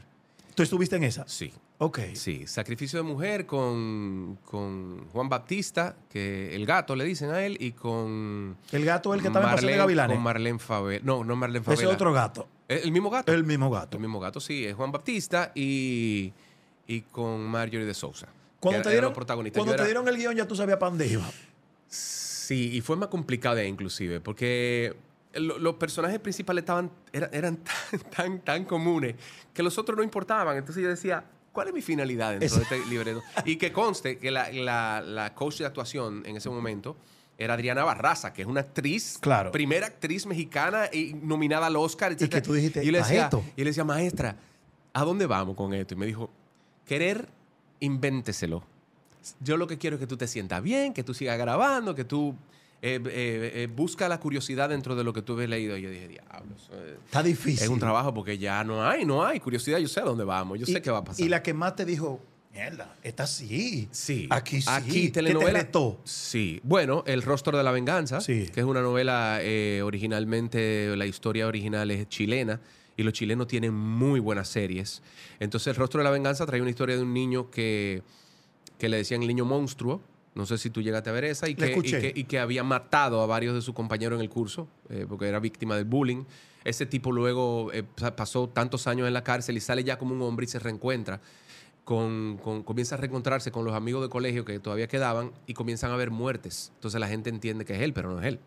A: ¿Tú estuviste en esa?
B: Sí.
A: Ok.
B: Sí, Sacrificio de Mujer con, con Juan Baptista, que el gato le dicen a él, y con.
A: El gato es el que estaba en Pasión de
B: Marlene-
A: Gavilanes.
B: Con Marlene Favela. No, no Marlene
A: Ese
B: Favela.
A: otro gato.
B: ¿El el mismo gato?
A: El mismo gato.
B: El mismo gato, sí, es Juan Baptista y, y con Marjorie de Sousa.
A: Cuando
B: que
A: te
B: eran
A: dieron,
B: los protagonistas.
A: cuando
B: Yo
A: te
B: era-
A: dieron el guión ya tú sabías para dónde iba.
B: Sí, y fue más complicado inclusive, porque lo- los personajes principales estaban, era- eran [laughs] tan, tan, tan comunes que los otros no importaban. Entonces yo decía, ¿cuál es mi finalidad dentro de este libreto? Y que conste que la, la- la coach de actuación en ese momento era Adriana Barraza, que es una actriz,
A: Claro.
B: primera actriz mexicana y nominada al Oscar, etc.
A: que tú dijiste,
B: y le decía,
A: "Maestro".
B: y le decía, maestra, ¿a dónde vamos con esto? Y me dijo, querer, invénteselo. Yo lo que quiero es que tú te sientas bien, que tú sigas grabando, que tú eh, eh, eh, busca la curiosidad dentro de lo que tú ves leído. Y yo dije, diablos. eh,
A: Está difícil.
B: es un trabajo porque ya no hay, no hay curiosidad. Yo sé a dónde vamos, yo sé qué va a pasar.
A: Y la que más te dijo, mierda, esta sí.
B: Sí.
A: Aquí sí.
B: Aquí,
A: ¿Qué te
B: telenovela. Ah,
A: retó?
B: Sí. Bueno, El Rostro de la Venganza,
A: Sí.
B: que es una novela eh, originalmente, la historia original es chilena. Y los chilenos tienen muy buenas series. Entonces, El Rostro de la Venganza trae una historia de un niño que, que le decían el niño monstruo. No sé si tú llegaste a ver esa. Y
A: La
B: que, y
A: escuché.
B: que- y que había matado a varios de sus compañeros en el curso, eh, porque era víctima del bullying. Ese tipo luego eh, pa- pasó tantos años en la cárcel y sale ya como un hombre y se reencuentra con, con- comienza a reencontrarse con los amigos de colegio que todavía quedaban y comienzan a ver muertes. Entonces la gente entiende que es él, pero no es él.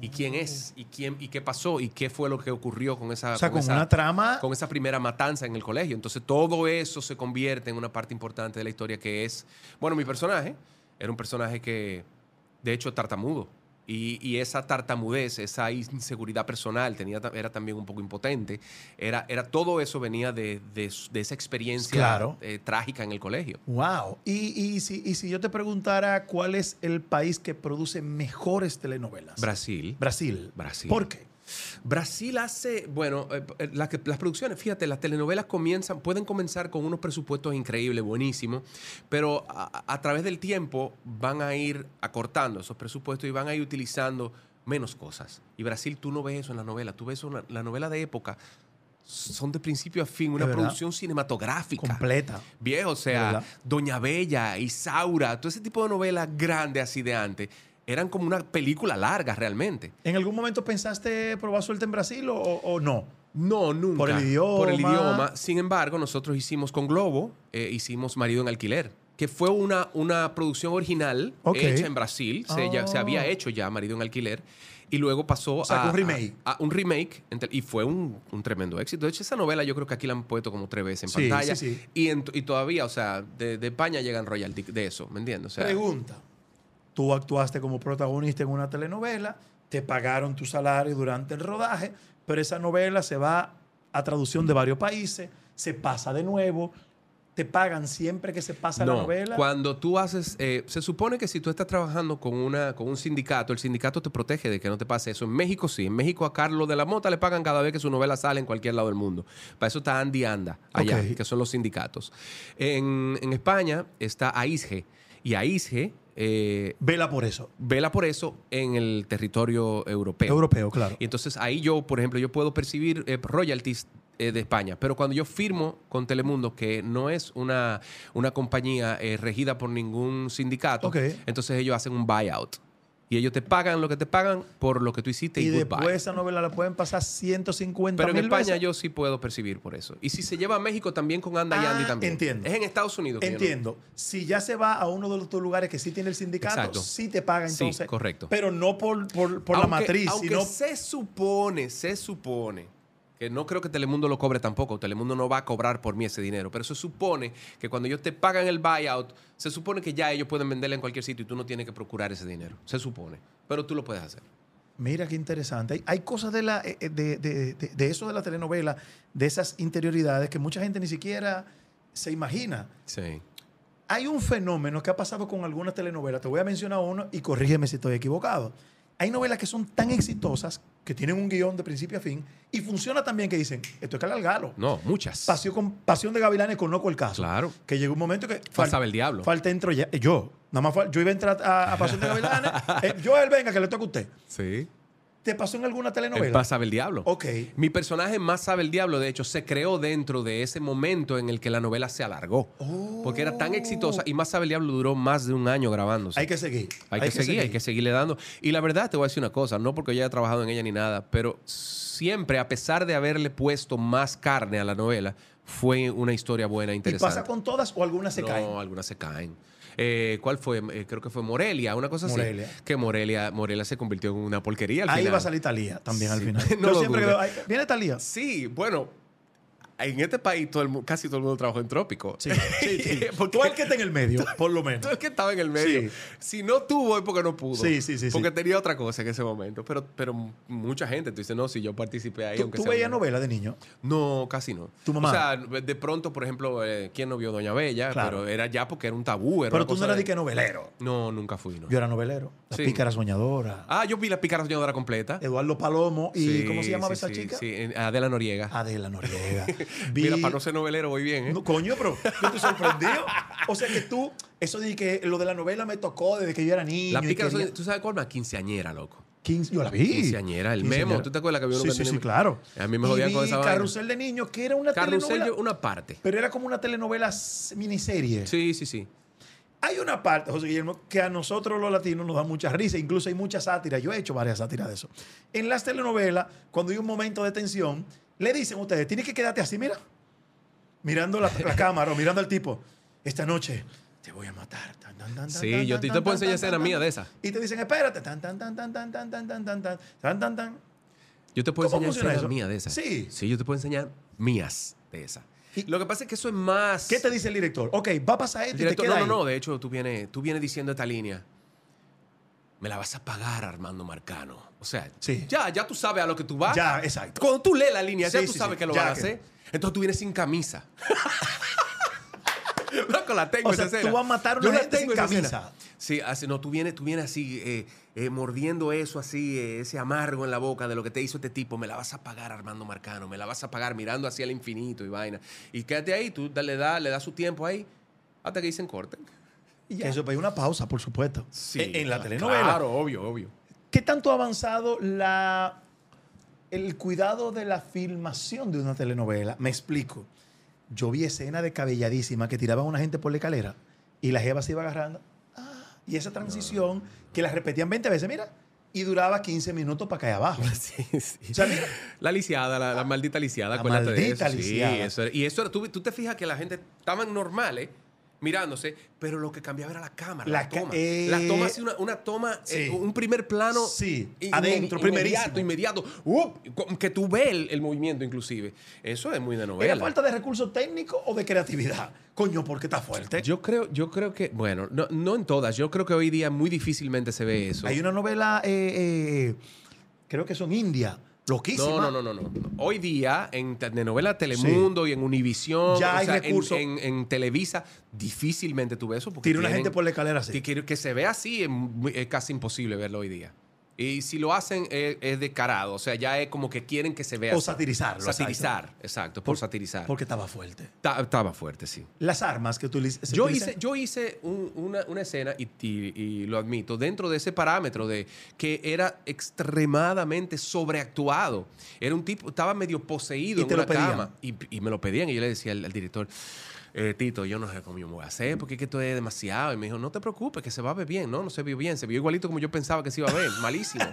B: ¿Y quién es? ¿Y quién y qué pasó? ¿Y qué fue lo que ocurrió con esa
A: O sea, con
B: esa-
A: una trama.
B: con esa primera matanza en el colegio? Entonces todo eso se convierte en una parte importante de la historia que es, bueno, mi personaje era un personaje que de hecho tartamudo y, y esa tartamudez, esa inseguridad personal tenía ta- era también un poco impotente, era era todo eso venía de, de s- de esa experiencia
A: Claro.
B: eh, trágica en el colegio.
A: Wow. Y, y si, y si yo te preguntara cuál es el país que produce mejores telenovelas.
B: Brasil.
A: Brasil.
B: Brasil.
A: ¿Por qué?
B: Brasil hace, bueno, eh, eh, la que- las producciones, fíjate, las telenovelas comienzan, pueden comenzar con unos presupuestos increíbles, buenísimos, pero a, a través del tiempo van a ir acortando esos presupuestos y van a ir utilizando menos cosas. Y Brasil, tú no ves eso en las novelas, tú ves eso en la, la novela de época, son de principio a fin una
A: verdad.
B: producción cinematográfica.
A: Completa.
B: Viejo, o sea,
A: ¿Verdad?
B: Doña Bella, Isaura, todo ese tipo de novelas grandes así de antes, eran como una película larga realmente.
A: ¿En algún momento pensaste probar suerte en Brasil o, o no?
B: No, nunca.
A: Por el idioma.
B: Por el idioma. Sin embargo, nosotros hicimos con Globo, eh, hicimos Marido en Alquiler, que fue una, una producción original
A: Ok.
B: hecha en Brasil. Se, ya- se
A: Oh.
B: había hecho ya Marido en Alquiler. Y luego pasó
A: sea,
B: a,
A: un remake.
B: a- a un remake. ente- Y fue un, un tremendo éxito. De hecho, esa novela yo creo que aquí la han puesto como tres veces en
A: Sí,
B: pantalla.
A: sí, sí.
B: Y, en- y todavía, o sea, de, de España llegan royalties de eso, ¿me entiendes? O sea,
A: Pregunta. Tú actuaste como protagonista en una telenovela, te pagaron tu salario durante el rodaje, pero esa novela se va a traducción de varios países, se pasa de nuevo, te pagan siempre que se pasa la
B: No,
A: novela.
B: cuando tú haces, eh, se supone que si tú estás trabajando con una con un sindicato, el sindicato te protege de que no te pase eso. En México sí, en México a Carlos de la Mota le pagan cada vez que su novela sale en cualquier lado del mundo. Para eso está Andy Anda allá,
A: Ok.
B: que son los sindicatos. En, en España está AISGE y AISGE eh,
A: Vela por eso.
B: vela por eso en el territorio europeo.
A: Europeo, claro.
B: Y entonces ahí yo, por ejemplo, yo puedo percibir eh, royalties eh, de España, pero cuando yo firmo con Telemundo, que no es una, una compañía eh, regida por ningún sindicato,
A: Ok.
B: entonces ellos hacen un buyout. Y ellos te pagan lo que te pagan por lo que tú hiciste y,
A: Y
B: goodbye.
A: después esa novela la pueden pasar 150
B: pero en
A: mil
B: España
A: veces.
B: yo sí puedo percibir por eso. Y si se lleva a México también con Anda y
A: Ah,
B: Andy también.
A: entiendo.
B: Es en Estados Unidos. que yo no-
A: Entiendo. Si ya se va a uno de los dos lugares que sí tiene el sindicato,
B: Exacto.
A: sí te pagan
B: Sí,
A: entonces.
B: correcto.
A: Pero no por, por, por la
B: Aunque-
A: matriz,
B: Aunque
A: sino
B: se supone, se supone que no creo que Telemundo lo cobre tampoco. Telemundo no va a cobrar por mí ese dinero. Pero se supone que cuando ellos te pagan el buyout, se supone que ya ellos pueden venderla en cualquier sitio y tú no tienes que procurar ese dinero. Se supone. Pero tú lo puedes hacer.
A: Mira qué interesante. Hay, hay cosas de, la, eh, eh, de, de- de- de eso de la telenovela, de esas interioridades que mucha gente ni siquiera se imagina.
B: Sí.
A: Hay un fenómeno que ha pasado con algunas telenovelas. Te voy a mencionar uno y corrígeme si estoy equivocado. Hay novelas que son tan exitosas que tienen un guión de principio a fin y funciona también que dicen, esto es que alargarlo.
B: No, muchas.
A: Pasión, con, Pasión de Gavilanes conozco el caso.
B: Claro.
A: Que llegó un momento que... fal-
B: Faltaba el diablo.
A: Falta entro ya. Yo. Nada más fal- yo iba a entrar a, a Pasión de
B: [laughs]
A: Gavilanes. Eh, yo, él, venga, que le toca a usted.
B: sí.
A: ¿Te pasó en alguna telenovela?
B: El pasaba el diablo.
A: Ok.
B: Mi personaje más sabe el diablo, de hecho, se creó dentro de ese momento en el que la novela se alargó.
A: Oh.
B: Porque era tan exitosa y más sabe el diablo duró más de un año grabándose.
A: Hay que seguir.
B: Hay, que, seguir, hay que seguirle dando. Y la verdad, te voy a decir una cosa, no porque yo haya trabajado en ella ni nada, pero siempre, a pesar de haberle puesto más carne a la novela, fue una historia buena,
A: ¿Y
B: interesante.
A: pasa con todas o algunas se
B: no,
A: caen?
B: algunas se caen. eh, ¿cuál fue? Eh, creo que fue Morelia, una cosa
A: Morelia.
B: así. Que Morelia, Morelia se convirtió en una porquería al
A: Ahí
B: final.
A: va a salir Talía también al
B: Sí.
A: final.
B: [laughs] No
A: Yo
B: lo
A: siempre que veo,
B: dudo.
A: "Ay, viene Talía.
B: Sí, bueno, en este país todo el mu- casi todo el mundo trabajó en trópico.
A: Sí, sí, sí.
B: [laughs] Porque-
A: Tú el que está en el medio, por lo
B: [laughs]
A: menos.
B: Tú el que estaba en el medio.
A: Sí.
B: Si no tuvo es porque no pudo.
A: Sí, sí, sí,
B: Porque
A: sí.
B: tenía otra cosa en ese momento. Pero, pero m- mucha gente, tú dices, no, si yo participé ahí,
A: ¿Tú,
B: aunque
A: tú
B: sea
A: veías
B: una-
A: novelas de niño?
B: No, casi no.
A: ¿Tu mamá?
B: O sea, de pronto, por ejemplo, eh, ¿quién no vio Doña Bella?
A: Claro.
B: Pero era ya porque era un tabú. Era
A: Pero
B: una
A: tú no
B: cosa
A: eras
B: de-
A: de que novelero.
B: No, nunca fui, no.
A: Yo era novelero. La
B: Sí.
A: pícara soñadora.
B: Ah, yo vi la pícara soñadora completa.
A: Eduardo Palomo. Eh, ¿Y
B: Sí,
A: cómo se llamaba
B: sí,
A: esa
B: sí,
A: chica?
B: Sí, en- Adela Noriega.
A: Adela Noriega. Vi-
B: [laughs] Mira, para no ser novelero, voy bien, ¿eh?
A: No, coño, pero yo estoy sorprendido. O sea que tú, eso de que lo de la novela me tocó desde que yo era niño.
B: La
A: y quería-
B: pícara soñadora, ¿tú sabes cuál más? Quinceañera, loco.
A: Quince- yo la vi.
B: Quinceañera, el Memo. ¿Tú te acuerdas que había uno
A: Sí,
B: que
A: sí,
B: tenía-
A: sí, claro.
B: A mí me
A: Y
B: jodían con
A: vi
B: esa vaina.
A: Carrusel de niños, que era una
B: Carrusel,
A: telenovela.
B: yo- una parte.
A: Pero era como una telenovela s- miniserie.
B: Sí, sí, sí.
A: Hay una parte, José Guillermo, que a nosotros los latinos nos da mucha risa, incluso hay muchas sátiras. Yo he hecho varias sátiras de eso. En las telenovelas, cuando hay un momento de tensión, le dicen a ustedes, tienes que quedarte así, mira, mirando la,
B: [laughs]
A: la cámara o mirando al tipo, esta noche te voy a matar. Tan, tan, tan,
B: Sí,
A: tan,
B: yo
A: tan,
B: te-
A: tan,
B: te puedo
A: tan,
B: enseñar
A: tan,
B: escena
A: tan,
B: mía
A: tan.
B: de esa.
A: Y te dicen, espérate, tan, tan, tan, tan, tan, tan, tan, tan, tan, tan, tan, tan, tan.
B: Yo te puedo
A: ¿Cómo
B: enseñar
A: funciona
B: escenas
A: eso?
B: mías de esas.
A: Sí.
B: Sí, yo te puedo enseñar mías de esas.
A: Y-
B: Lo que pasa es que eso es más.
A: ¿Qué te dice el director? Ok, va a pasar esto
B: El
A: y te
B: director,
A: queda
B: no, no,
A: ahí.
B: no. De hecho, tú vienes, tú vienes diciendo esta línea. Me la vas a pagar, Armando Marcano. O sea,
A: Sí.
B: ya, ya tú sabes a lo que tú vas.
A: Ya, exacto.
B: Cuando tú lees la línea,
A: Sí,
B: ya tú
A: sí,
B: sabes
A: sí.
B: que lo
A: Ya
B: van a
A: que-
B: hacer. Entonces tú vienes sin camisa. [laughs] Loco, la tengo
A: O
B: esa
A: sea, tú
B: escena.
A: vas a matar a una
B: Yo la
A: gente sin
B: tengo esa
A: camisa.
B: escena. Sí, así, no, tú vienes, tú vienes así, eh, eh, mordiendo eso así, eh, ese amargo en la boca de lo que te hizo este tipo. Me la vas a pagar, Armando Marcano, me la vas a pagar mirando hacia el infinito y vaina. Y quédate ahí, tú da- le das le das su tiempo ahí hasta que dicen corte. Y ya.
A: Eso, pero hay una pausa, por supuesto. En- en la
B: ah,
A: telenovela.
B: Claro, obvio, obvio.
A: ¿Qué tanto ha avanzado la, el cuidado de la filmación de una telenovela? Me explico. Yo vi escenas descabelladísimas que tiraban a una gente por la escalera y la jeva se iba agarrando. Ah, y esa transición que la repetían 20 veces, mira, y duraba 15 minutos para caer abajo.
B: [laughs] [laughs] Sí, sí.
A: O sea, mira,
B: La lisiada, la, la maldita lisiada,
A: La
B: acuérdate de
A: maldita
B: eso. Sí,
A: lisiada.
B: eso era- y eso era, tú, tú te fijas que la gente estaban normales mirándose, pero lo que cambiaba era la cámara, la,
A: La ca-
B: toma.
A: eh,
B: la toma así, una, una toma,
A: sí.
B: eh, un primer plano.
A: Sí,
B: inme-
A: adentro, primerísimo.
B: Inmediato, inmediato. ¡up! Con- que tú ves el, el movimiento inclusive. Eso es muy de novela.
A: ¿era falta de recursos técnicos o de creatividad? Coño, porque está fuerte.
B: Yo creo, yo creo que, bueno, no, no en todas. Yo creo que hoy día muy difícilmente se ve eso.
A: Hay una novela, eh, eh, creo que son India, loquísima.
B: No, no, no, no, no. Hoy día en telenovela Telemundo y en Univisión,
A: Ya
B: o
A: hay
B: sea, en-
A: recursos.
B: En, en Televisa, difícilmente tú ves eso. Porque
A: Tira una
B: tienen-
A: gente por la escalera así.
B: que- Que, que se vea así es, muy- es casi imposible verlo hoy día. Y si lo hacen es, es descarado, o sea, ya es como que quieren que se vea.
A: O
B: así.
A: satirizarlo.
B: Satirizar, exacto, por, satirizar.
A: Porque estaba fuerte.
B: Ta- estaba fuerte, sí.
A: Las armas que utiliz- se
B: Yo
A: utilizan.
B: hice, yo hice un- una, una escena, y, y- y lo admito, dentro de ese parámetro de que era extremadamente sobreactuado. Era un tipo, estaba medio poseído
A: Y
B: en
A: te lo
B: una
A: pedían.
B: cama. Y, y me lo pedían, y yo le decía al, al director, "Eh, Tito, yo no sé cómo yo me voy a hacer, porque es que esto es demasiado. Y me dijo, no te preocupes, que se va a ver bien. No, no se vio bien, se vio igualito como yo pensaba que se iba a ver,
A: [laughs]
B: malísimo.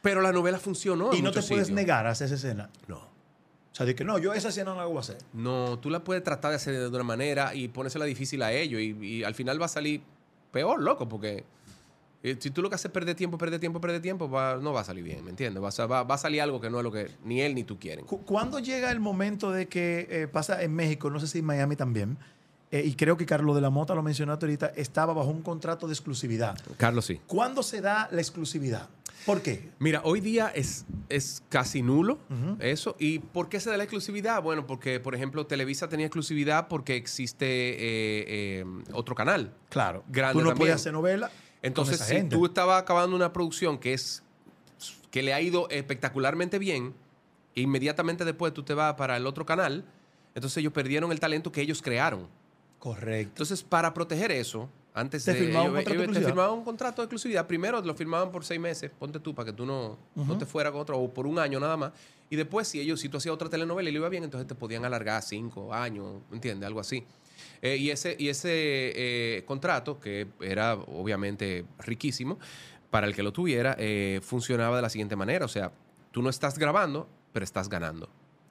B: Pero la novela funcionó. en
A: Y no te
B: muchos
A: puedes
B: sitios.
A: negar a hacer esa escena.
B: No.
A: O sea, de que no, yo esa escena no la voy a hacer.
B: No, tú la puedes tratar de hacer de una manera y ponérsela difícil a ellos y, y al final va a salir peor, loco, porque eh, si tú lo que haces es perder tiempo, perder tiempo, perder tiempo, va- no va a salir bien, ¿me entiendes? Va, a sa- va- va a salir algo que no es lo que ni él ni tú quieren.
A: Cu- ¿Cuándo llega el momento de que eh, pasa en México, no sé si en Miami también, eh, y creo que Carlos de la Mota lo mencionaste ahorita, estaba bajo un contrato de exclusividad.
B: Carlos, sí.
A: ¿Cuándo se da la exclusividad? ¿Por qué?
B: Mira, hoy día es, es casi nulo
A: Ujú.
B: eso. ¿Y por qué se da la exclusividad? Bueno, porque, por ejemplo, Televisa tenía exclusividad porque existe eh, eh, otro canal.
A: Claro.
B: Grande
A: Tú no
B: también.
A: podías hacer novela.
B: Entonces,
A: con esa
B: si
A: gente.
B: tú estabas acabando una producción que es que le ha ido espectacularmente bien, e inmediatamente después tú te vas para el otro canal, entonces ellos perdieron el talento que ellos crearon.
A: Correcto.
B: Entonces, para proteger eso, antes
A: Te
B: de
A: firmaban un
B: ellos-
A: contrato de
B: ellos te
A: exclusividad.
B: firmaban un contrato de exclusividad, primero lo firmaban por seis meses, ponte tú, para que tú no, no te fueras con otro, o por un año nada más, y después si ellos, si tú hacías otra telenovela y le iba bien, entonces te podían alargar cinco años, ¿entiendes? Algo así. Eh, y ese, y ese eh, contrato, que era obviamente riquísimo, para el que lo tuviera, eh, funcionaba de la siguiente manera, o sea, tú no estás grabando, pero estás ganando.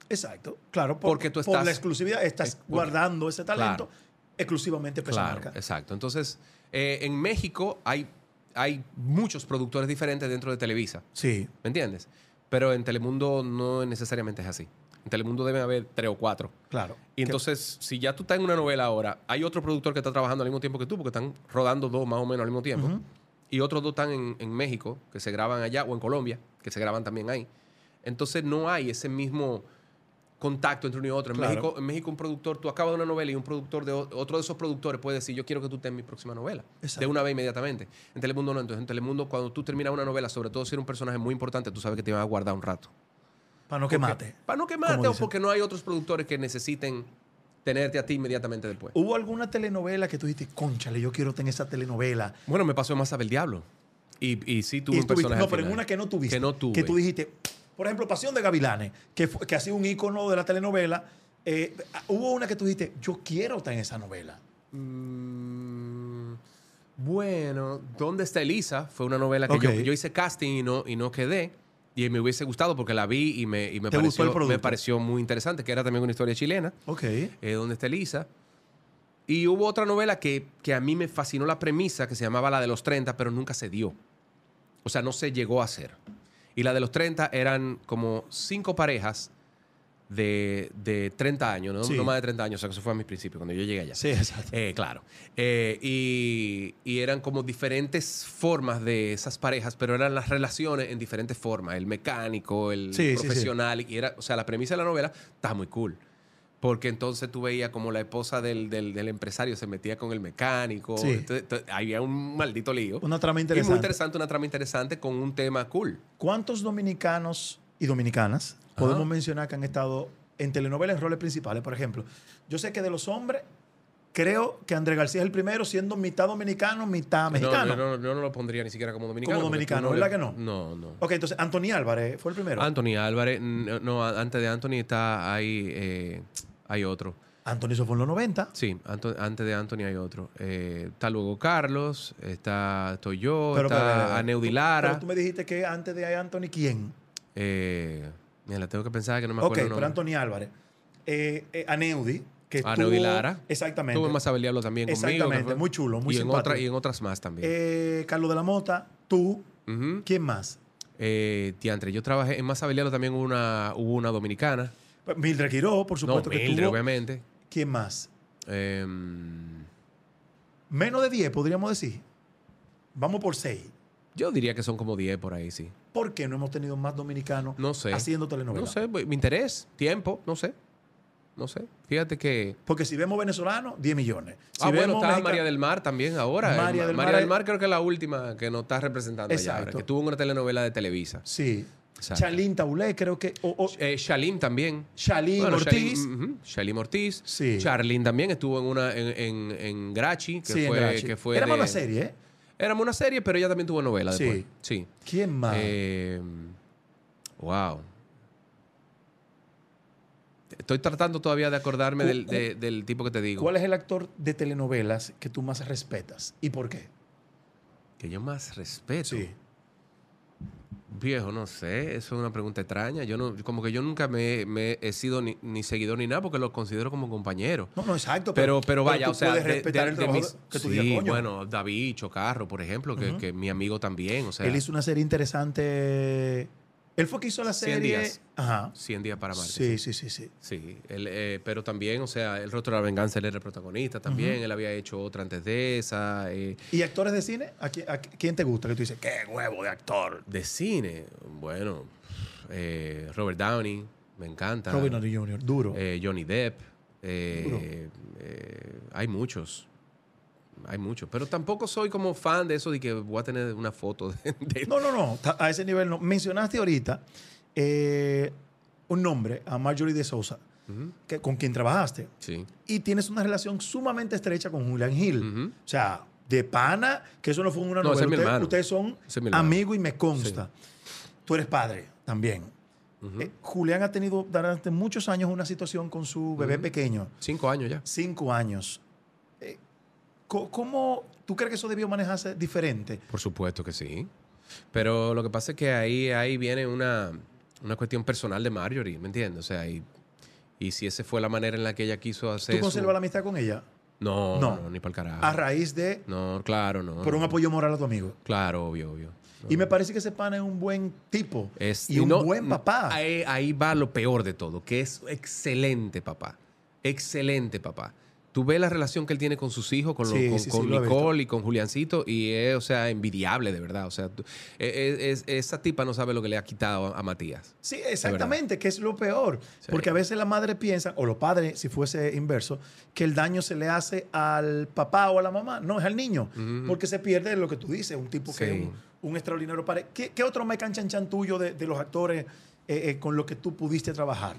A: Exacto. Claro,
B: Porque tú
A: Por
B: estás-
A: la exclusividad estás
B: es- porque-
A: guardando ese talento exclusivamente para esa
B: Claro,
A: marca.
B: exacto. Entonces, eh, en México hay, hay muchos productores diferentes dentro de Televisa,
A: Sí.
B: ¿me entiendes? Pero en Telemundo no necesariamente es así. En Telemundo deben haber tres o cuatro.
A: Claro.
B: Y entonces, si ya tú estás en una novela ahora, hay otro productor que está trabajando al mismo tiempo que tú, porque están rodando dos más o menos al mismo tiempo.
A: Ujú.
B: Y otros dos están en, en México, que se graban allá, o en Colombia, que se graban también ahí. Entonces, no hay ese mismo contacto entre uno y otro. En,
A: Claro.
B: México, en México, un productor, tú acabas de una novela y un productor de o- otro de esos productores puede decir, yo quiero que tú estés en mi próxima novela.
A: Exacto.
B: De una vez inmediatamente. En Telemundo no. Entonces, en Telemundo, cuando tú terminas una novela, sobre todo si eres un personaje muy importante, tú sabes que te van a guardar un rato.
A: Para no que mate.
B: Para no quemarte
A: Como
B: o
A: dicen.
B: porque no hay otros productores que necesiten tenerte a ti inmediatamente después.
A: ¿Hubo alguna telenovela que tú dijiste, conchale, yo quiero tener esa telenovela?
B: Bueno, me pasó en Más sabe el diablo. Y, y sí tuve
A: Y
B: un
A: estuviste-
B: personaje
A: no,
B: al
A: pero en
B: final.
A: una que no tuviste.
B: Que no tuve.
A: tú dijiste, por ejemplo, Pasión de Gavilanes, que, fue- que ha sido un icono de la telenovela. eh, hubo una que tú dijiste, yo quiero estar en esa novela.
B: Mm, bueno, ¿Dónde está Elisa? Fue una novela que
A: Ok.
B: yo, yo hice casting y no, y no quedé. Y me hubiese gustado porque la vi y me, y me
A: ¿Te gustó
B: pareció,
A: el
B: me
A: producto?
B: pareció muy interesante, que era también una historia chilena.
A: Ok.
B: eh, donde está Elisa. Y hubo otra novela que, que a mí me fascinó la premisa, que se llamaba La de los 30, pero nunca se dio. O sea, no se llegó a hacer. Y la de los 30 eran como cinco parejas de, de 30 años, ¿no?
A: Sí.
B: No más de 30 años, o sea, que eso fue a mis principios, cuando yo llegué allá.
A: Sí, exacto.
B: Eh, claro. Eh, y, y eran como diferentes formas de esas parejas, pero eran las relaciones en diferentes formas. El mecánico, el
A: Sí, sí, sí.
B: profesional. Y era, o sea, la premisa de la novela está muy cool. Porque entonces tú veías como la esposa del, del- del empresario se metía con el mecánico.
A: Sí.
B: Entonces, t- había un maldito lío.
A: Una trama
B: Y muy
A: interesante.
B: interesante, una trama interesante con un tema cool.
A: ¿Cuántos dominicanos y dominicanas podemos mencionar que han estado en telenovelas en roles principales? Por ejemplo, yo sé que de los hombres, creo que Andrés García es el primero, siendo mitad dominicano, mitad mexicano.
B: No, no, no, no, no lo pondría ni siquiera como dominicano.
A: Como
B: porque tú
A: dominicano,
B: le-
A: ¿verdad que no?
B: No, no.
A: Ok, entonces Anthony Álvarez fue el primero.
B: Anthony Álvarez, n- no, a- antes de Anthony está ahí, eh, hay otro.
A: Anthony eso fue en los 90.
B: Sí, anto- antes de Anthony hay otro. Eh, está luego Carlos, está estoy yo,
A: Pero, pero, pero,
B: está
A: pero,
B: Aneudi
A: tú-
B: Lara.
A: Pero tú me dijiste que antes de Anthony, ¿quién?
B: Eh, mira, tengo que pensar que no me
A: Ok,
B: acuerdo. el
A: pero
B: nombre.
A: Anthony Álvarez. Eh, eh, Aneudi. Que estuvo-
B: Aneudi Lara.
A: Exactamente.
B: Tuvo más Abel Diablo también conmigo. que
A: Exactamente,
B: fue-
A: muy chulo, muy
B: y en,
A: simpático.
B: otra- y en otras más también.
A: Eh, Carlos de la Mota, tú.
B: Ujú.
A: ¿Quién más?
B: Eh, diantre, yo trabajé en más Abel Diablo también hubo una, hubo una dominicana.
A: Pues, Mildred Quiró, por
B: No,
A: supuesto que
B: Mildred,
A: tuvo.
B: obviamente.
A: ¿Quién más?
B: Em,
A: Menos de 10, podríamos decir. Vamos por 6.
B: yo diría que son como 10 por ahí, sí.
A: ¿Por qué no hemos tenido más dominicanos
B: No sé.
A: haciendo telenovelas?
B: No sé, pues, mi interés, tiempo, no sé. No sé. Fíjate que.
A: Porque si vemos venezolanos, 10 millones. Si
B: ah, bueno,
A: vemos
B: está
A: mexica-
B: María del Mar también ahora.
A: María
B: María,
A: del
B: del,
A: Mar
B: María del
A: es-
B: Mar creo que es la última que nos está representando allá ahora,
A: Exacto.
B: que tuvo una telenovela de Televisa.
A: Sí.
B: Exacto.
A: Chalín Taulé, creo que. O, o-
B: Eh, Shalim también.
A: Shalim
B: Bueno, mm,
A: Ortiz.
B: Shalim, ujú, Shalim Ortiz.
A: Sí.
B: Charlene también estuvo en una en, en, en Grachi, que
A: sí, en
B: fue,
A: Grachi.
B: que fue
A: Era más
B: de-
A: una serie, ¿eh?
B: Éramos una serie, pero ella también tuvo novela
A: Sí.
B: después. Sí.
A: ¿Quién más?
B: Eh, wow. Estoy tratando todavía de acordarme
A: Cu-
B: del,
A: cu-
B: de- del tipo que te digo.
A: ¿Cuál es el actor de telenovelas que tú más respetas? ¿Y por qué?
B: Que yo más respeto. Viejo, no sé. Eso es una pregunta extraña. Yo no, como que yo nunca me, me he sido ni, ni seguidor ni nada porque lo considero como compañero.
A: No, no, exacto.
B: Pero, pero vaya,
A: tú
B: o sea,
A: puedes
B: de,
A: respetar
B: de-
A: el
B: de
A: trabajo
B: mis-
A: que tú
B: sí,
A: digas, coño.
B: bueno, David Chocarro, por ejemplo, que,
A: Ujú.
B: que mi amigo también, o sea,
A: él hizo una serie interesante. Él fue que hizo la
B: 100
A: serie.
B: días.
A: Ajá.
B: 100 días para Marte.
A: Sí, sí, sí, sí.
B: Sí, él, eh, pero también, o sea, El Rostro de la Venganza, él era el protagonista también, él había hecho otra antes de esa, eh,
A: ¿Y actores de cine? ¿A qui- a qui- quién te gusta? Que tú dices, qué huevo de actor.
B: de cine, bueno, eh, Robert Downey, me encanta,
A: Robin Downey Jr., duro.
B: eh, Johnny Depp, eh, eh, hay muchos. Hay muchos, pero tampoco soy como fan de eso de que voy a tener una foto [laughs] de, de-
A: No, no, no, ta- a ese nivel no. Mencionaste ahorita eh, un nombre, a Marjorie de Sousa,
B: Ujú,
A: que, con quien trabajaste.
B: Sí.
A: Y tienes una relación sumamente estrecha con Julian Hill.
B: Ujú.
A: O sea, de pana, que eso no fue una
B: No,
A: novela.
B: ese es mi
A: Ustedes-
B: hermano.
A: ustedes, son
B: Ese es mi hermano.
A: amigos y me consta. Tú eres padre también.
B: Ujú.
A: Eh, Julián ha tenido durante muchos años una situación con su bebé
B: Ujú.
A: pequeño,
B: Cinco años ya.
A: cinco años. Eh, co- ¿Cómo tú crees que eso debió manejarse diferente?
B: Por supuesto que sí. Pero lo que pasa es que ahí, ahí viene una, una cuestión personal de Marjorie, ¿me entiendes? O sea, y, y si esa fue la manera en la que ella quiso hacer.
A: ¿Tú
B: su-
A: conservas la amistad con ella?
B: No,
A: No.
B: no, ni para el carajo.
A: a raíz de
B: No, claro, no.
A: por un
B: no.
A: apoyo moral a tu amigo.
B: Claro, obvio, obvio. No.
A: Y me parece que ese pana es un buen tipo
B: Es-
A: y un
B: Este, no, mm,
A: buen papá.
B: Ahí, ahí va lo peor de todo, que es excelente papá. Excelente papá. Tú ves la relación que él tiene con sus hijos, con, lo-
A: Sí,
B: con,
A: sí, sí,
B: con
A: lo he visto.
B: Nicole y con Juliancito, y es, o sea, envidiable de verdad. O sea, tú- eh, eh, es- esa tipa no sabe lo que le ha quitado a, a Matías.
A: Sí, exactamente, que es lo peor.
B: Sí.
A: Porque a veces la madre piensa, o los padres, si fuese inverso, que el daño se le hace al papá o a la mamá. No, es al niño.
B: Ujú.
A: Porque se pierde lo que tú dices, un tipo que es
B: Sí.
A: un, un extraordinario padre. ¿Qué, qué otro me canchan chan tuyo de, de los actores eh, eh, con los que tú pudiste trabajar?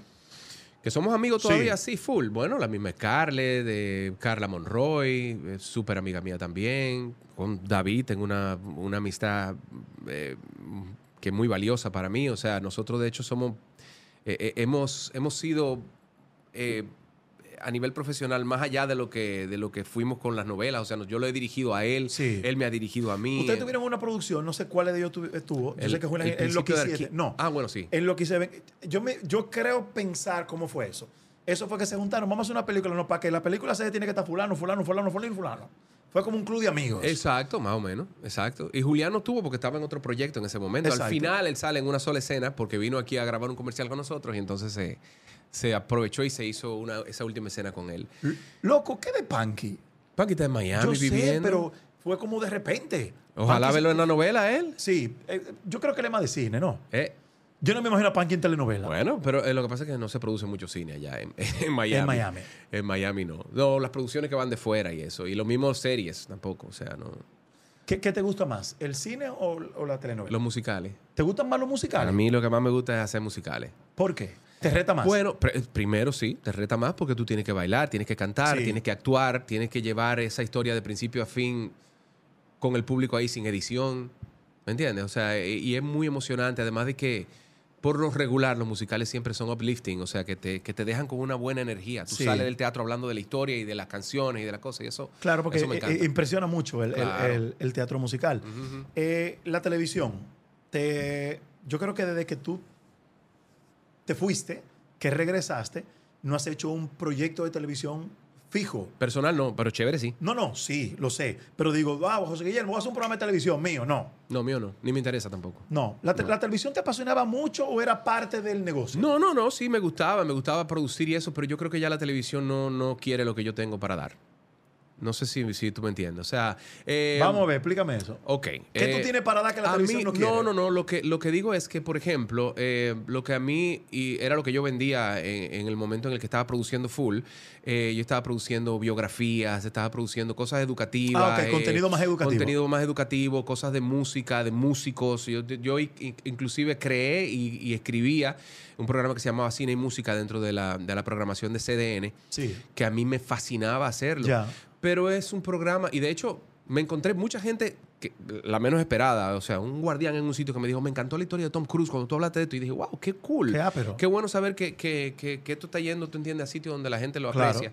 B: Que somos amigos
A: Sí.
B: todavía, sí, full. Bueno, la misma Scarlett, de Carla Monroy, eh, súper amiga mía también. Con David tengo una, una amistad eh, que es muy valiosa para mí. O sea, nosotros de hecho somos, eh, eh, hemos, hemos sido eh, a nivel profesional más allá de lo, que, de lo que fuimos con las novelas. O sea, no- yo lo he dirigido a él,
A: Sí.
B: él me ha dirigido a mí.
A: Ustedes tuvieron una producción, no sé cuál de ellos tu- estuvo. Yo
B: El-
A: sé que Julián
B: el
A: en lo que
B: principio de
A: hiciste-
B: Arqui-
A: No.
B: Ah, bueno, sí.
A: En lo que se ven. Yo, me, yo creo pensar cómo fue eso. Eso fue que se juntaron. Vamos a hacer una película. No, para que la película se tiene que estar fulano, fulano, fulano, fulano, fulano. Fue como un club de amigos.
B: Exacto, más o menos. Exacto. Y Julián no estuvo porque estaba en otro proyecto en ese momento.
A: Exacto.
B: Al final él sale en una sola escena porque vino aquí a grabar un comercial con nosotros y entonces se, se aprovechó y se hizo una, esa última escena con él.
A: L- Loco, ¿qué de Panky?
B: Paquita en Miami
A: yo sé,
B: viviendo.
A: pero fue como de repente.
B: Ojalá
A: Panky-
B: verlo en una novela él.
A: Sí, eh, yo creo que le más de cine, ¿no?
B: Eh,
A: Yo no me imagino a Panky en telenovela.
B: bueno, pero eh, lo que pasa es que no se produce mucho cine allá en, [laughs] en Miami.
A: En Miami.
B: En Miami no. No, las producciones que van de fuera y eso. Y lo mismo series tampoco. O sea, no.
A: ¿Qué, qué te gusta más? ¿El cine o, o la telenovela?
B: Los musicales.
A: ¿Te gustan más los musicales?
B: A mí Pues lo que más me gusta es hacer musicales.
A: ¿Por qué? ¿Te reta más?
B: Bueno, pr- primero sí, te reta más porque tú tienes que bailar, tienes que cantar,
A: Sí.
B: tienes que actuar, tienes que llevar esa historia de principio a fin con el público ahí sin edición. ¿Me entiendes? O sea, e- y es muy emocionante, además de que por lo regular los musicales siempre son uplifting, o sea, que te, que te dejan con una buena energía. Tú
A: Sí.
B: sales del teatro hablando de la historia y de las canciones y de las cosas y eso.
A: Claro, porque
B: eso me
A: eh,
B: encanta.
A: eh, impresiona mucho el, el-
B: Claro.
A: el- el teatro musical.
B: Ujú.
A: Eh, la televisión, te, yo creo que desde que tú te fuiste, que regresaste, no has hecho un proyecto de televisión fijo.
B: Personal no, pero chévere sí.
A: No, no, sí, lo sé. Pero digo, ah, José Guillermo, voy a hacer un programa de televisión mío. No,
B: No, mío no, ni me interesa tampoco.
A: no. ¿La, te-
B: No.
A: la televisión te apasionaba mucho o era parte del negocio?
B: No, no, no, sí, me gustaba, me gustaba producir y eso, pero yo creo que ya la televisión no, no quiere lo que yo tengo para dar. No sé si, si tú me entiendes. O sea, eh,
A: Vamos a ver, explícame eso.
B: Ok. eh,
A: ¿Qué tú tienes para dar que la
B: a
A: televisión
B: mí-
A: no quiere?
B: No, no, Lo que, lo que digo es que, por ejemplo, eh, lo que a mí y era lo que yo vendía en, en el momento en el que estaba produciendo full. eh, yo estaba produciendo biografías, estaba produciendo cosas educativas. eh,
A: Ah, ok, contenido más educativo.
B: Contenido más educativo, cosas de música, de músicos. Yo, yo in- inclusive creé y, y escribía un programa que se llamaba Cine y Música dentro de la, de la programación de CDN,
A: Sí.
B: que a mí me fascinaba hacerlo
A: Ya.
B: pero es un programa y de hecho me encontré mucha gente que la menos esperada, o sea, un guardián en un sitio que me dijo, me encantó la historia de Tom Cruise cuando tú hablaste de esto y dije, wow, qué cool.
A: Qué Ah, ápero.
B: Qué bueno saber que, que- que- que esto está yendo, tú entiendes, a sitios donde la gente lo
A: Claro.
B: aprecia.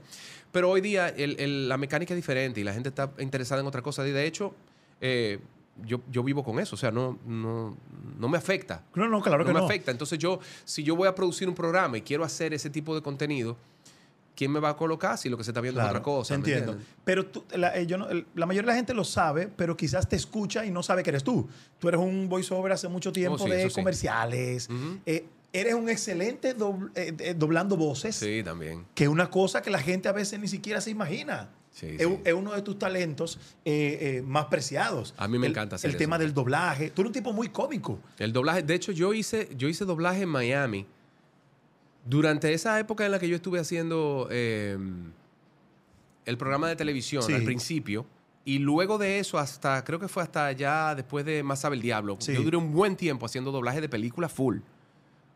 B: Pero hoy día el- el- la mecánica es diferente y la gente está interesada en otra cosa y de hecho eh, yo, yo vivo con eso, o sea, no, no, no me afecta
A: No, no, claro que
B: no
A: no.
B: me afecta. Entonces yo, si yo voy a producir un programa y quiero hacer ese tipo de contenido, ¿quién me va a colocar si lo que se está viendo
A: Claro,
B: es otra cosa? ¿me
A: Entiendo.
B: entiendes?
A: Pero tú- la, eh, yo no- el- la mayoría de la gente lo sabe, pero quizás te escucha y no sabe que eres tú. Tú eres un voiceover hace mucho tiempo
B: Oh, sí,
A: de
B: eso sí.
A: comerciales.
B: Ujú.
A: Eh, eres un excelente dobl- eh, eh, doblando voces,
B: Sí, también.
A: que es una cosa que la gente a veces ni siquiera se imagina.
B: Sí,
A: es,
B: sí.
A: un- es uno de tus talentos eh, eh, más preciados.
B: A mí me
A: El-
B: encanta hacer
A: El
B: eso.
A: tema del doblaje. Tú eres un tipo muy cómico.
B: El doblaje, de hecho, yo hice, yo hice doblaje en Miami. Durante esa época en la que yo estuve haciendo eh, el programa de televisión
A: Sí.
B: al principio, y luego de eso hasta, creo que fue hasta ya después de Más sabe el diablo,
A: Sí.
B: yo duré un buen tiempo haciendo doblaje de película full.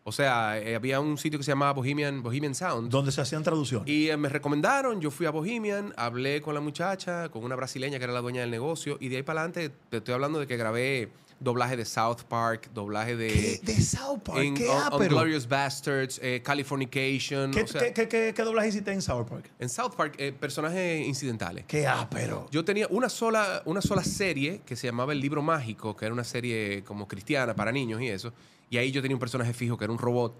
B: O sea, eh, había un sitio que se llamaba Bohemian, Bohemian Sound.
A: Donde se hacían traducciones.
B: Y eh, me recomendaron, yo fui a Bohemian, hablé con la muchacha, con una brasileña que era la dueña del negocio, y de ahí para adelante te estoy hablando de que grabé doblaje de South Park, doblaje
A: ¿Qué?
B: de,
A: De South Park.
B: In-
A: ¿Qué
B: Un-
A: ápero?
B: Inglorious Bastards, eh, Californication.
A: ¿Qué-
B: o sea,
A: qué- qué- qué- qué doblaje hiciste en South Park?
B: En South Park, eh, personajes incidentales.
A: ¿Qué ápero?
B: Yo tenía una sola, una sola serie que se llamaba El Libro Mágico, que era una serie como cristiana para niños y eso. Y ahí yo tenía un personaje fijo que era un robot.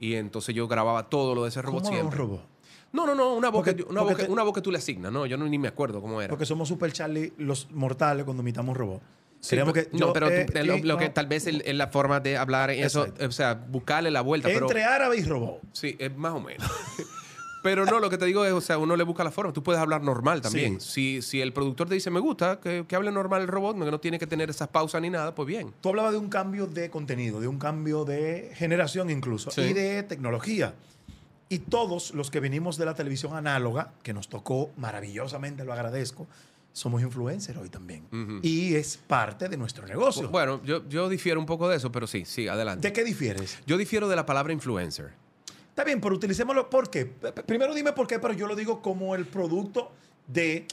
B: Y entonces yo grababa todo lo de ese robot
A: ¿Cómo era
B: siempre.
A: un robot?
B: O No, no, no, una voz,
A: Porque-
B: que, una,
A: porque
B: voz que-
A: te-
B: una voz que tú le asignas. No, yo no, ni me acuerdo cómo era.
A: Porque somos super Charlie los mortales cuando imitamos robot.
B: Sí,
A: Queremos
B: pero-
A: que
B: no,
A: yo,
B: pero tú-
A: eh,
B: te- lo,
A: y-
B: lo que
A: no.
B: tal vez es la forma de hablar, eso,
A: Exacto.
B: o sea, buscarle la vuelta. pero-
A: Entre árabe y robot.
B: Sí, es más o menos. [laughs] Pero no, lo que te digo es, o sea, uno le busca la forma. Tú puedes hablar normal también. Si, si el productor te dice, me gusta, que, que hable normal el robot, no- que no tiene que tener esas pausas ni nada, pues bien.
A: Tú hablabas de un cambio de contenido, de un cambio de generación incluso,
B: Sí.
A: y de tecnología. Y todos los que venimos de la televisión análoga, que nos tocó maravillosamente, lo agradezco, somos influencers hoy también.
B: Ujú.
A: Y es parte de nuestro negocio.
B: Bueno, yo, yo difiero un poco de eso, pero sí, sí, adelante.
A: ¿De qué difieres?
B: Yo difiero de la palabra influencer.
A: Está bien, pero utilicémoslo. ¿Por qué? P- p- Primero dime por qué, pero yo lo digo como el producto de,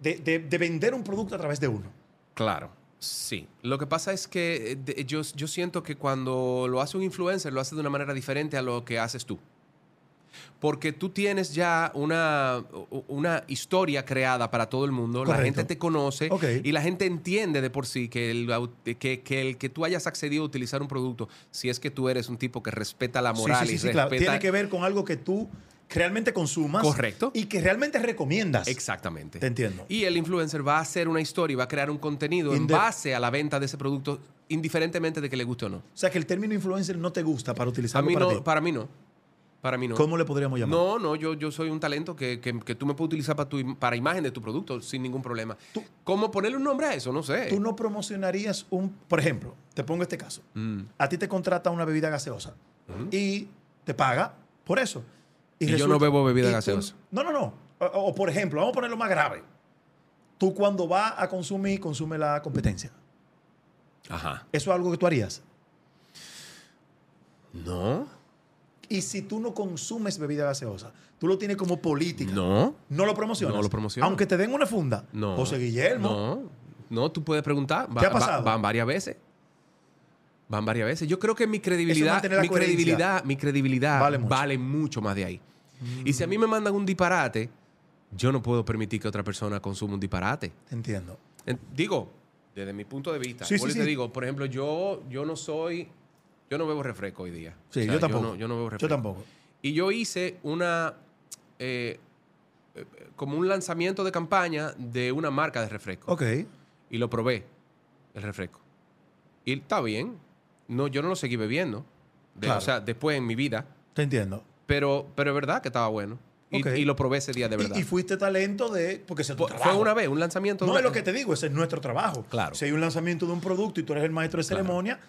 A: de, de- de vender un producto a través de uno.
B: Claro, sí. Lo que pasa es que eh, de- yo, yo siento que cuando lo hace un influencer, lo hace de una manera diferente a lo que haces tú. Porque tú tienes ya una, u- una historia creada para todo el mundo, la
A: Correcto.
B: gente te conoce
A: Ok.
B: y la gente entiende de por sí que el, au- que, que el que tú hayas accedido a utilizar un producto, si es que tú eres un tipo que respeta la
A: Sí,
B: moral
A: sí, sí,
B: y
A: sí, claro.
B: respeta...
A: Tiene que ver con algo que tú realmente consumas.
B: Correcto.
A: Y que realmente recomiendas.
B: Exactamente.
A: Te entiendo.
B: Y el influencer va a hacer una historia y va a crear un contenido en
A: Inde-
B: base a la venta de ese producto, indiferentemente de que le guste o no.
A: O sea, que el término influencer no te gusta para
B: A
A: utilizarlo
B: mí
A: para
B: no,
A: ti.
B: para mí no. Para mí no.
A: ¿Cómo le podríamos llamar?
B: No, no, yo, yo soy un talento que, que- que tú me puedes utilizar para, tu, im- para imagen de tu producto sin ningún problema.
A: Tú-
B: ¿Cómo ponerle un nombre a eso? No sé.
A: Tú no promocionarías un... Por ejemplo, te pongo este caso.
B: Mm.
A: A ti te contrata una bebida gaseosa y te paga por eso.
B: Y yo no bebo bebida gaseosa.
A: No, no, no. O, o, por ejemplo, vamos a ponerlo más grave. Tú cuando vas a consumir, consume la competencia.
B: Ajá.
A: Eso es algo que tú harías.
B: No.
A: Y si tú no consumes bebida gaseosa, tú lo tienes como política.
B: No.
A: No lo promocionas.
B: No lo promociono.
A: Aunque te den una funda.
B: No.
A: José Guillermo.
B: No. No, tú puedes preguntar. Va-
A: ¿Te ha
B: va-
A: pasado?
B: van varias veces. Van varias veces. Yo creo que mi
A: Eso es
B: credibilidad,
A: mantener la
B: mi
A: coherencia.
B: credibilidad, mi credibilidad
A: Vale
B: vale
A: mucho. Mm.
B: mucho. más de ahí. Y si a mí me mandan un disparate, yo no puedo permitir que otra persona consuma un disparate.
A: Te entiendo.
B: En- Digo, desde mi punto de vista.
A: Sí, sí,
B: Vuelvo y
A: sí.
B: te digo, por ejemplo, yo, yo no soy. Yo no bebo refresco hoy día.
A: Sí,
B: O sea,
A: yo tampoco.
B: no- Yo no, bebo refresco.
A: Yo tampoco.
B: Y yo hice una. eh, eh, como un lanzamiento de campaña de una marca de refresco.
A: Ok.
B: Y lo probé, el refresco. Y está bien. No, yo no lo seguí bebiendo. De-
A: Claro.
B: O sea, después en mi vida.
A: Te entiendo.
B: Pero, pero es verdad que estaba bueno. Y,
A: Ok.
B: y lo probé ese día de
A: Y-
B: verdad.
A: Y, fuiste talento de. Porque se
B: Fue- Fue una vez, un lanzamiento. de
A: No
B: una-
A: es lo que te digo, ese es nuestro trabajo.
B: Claro.
A: Si hay un lanzamiento de un producto y tú eres el maestro de
B: Claro.
A: ceremonia,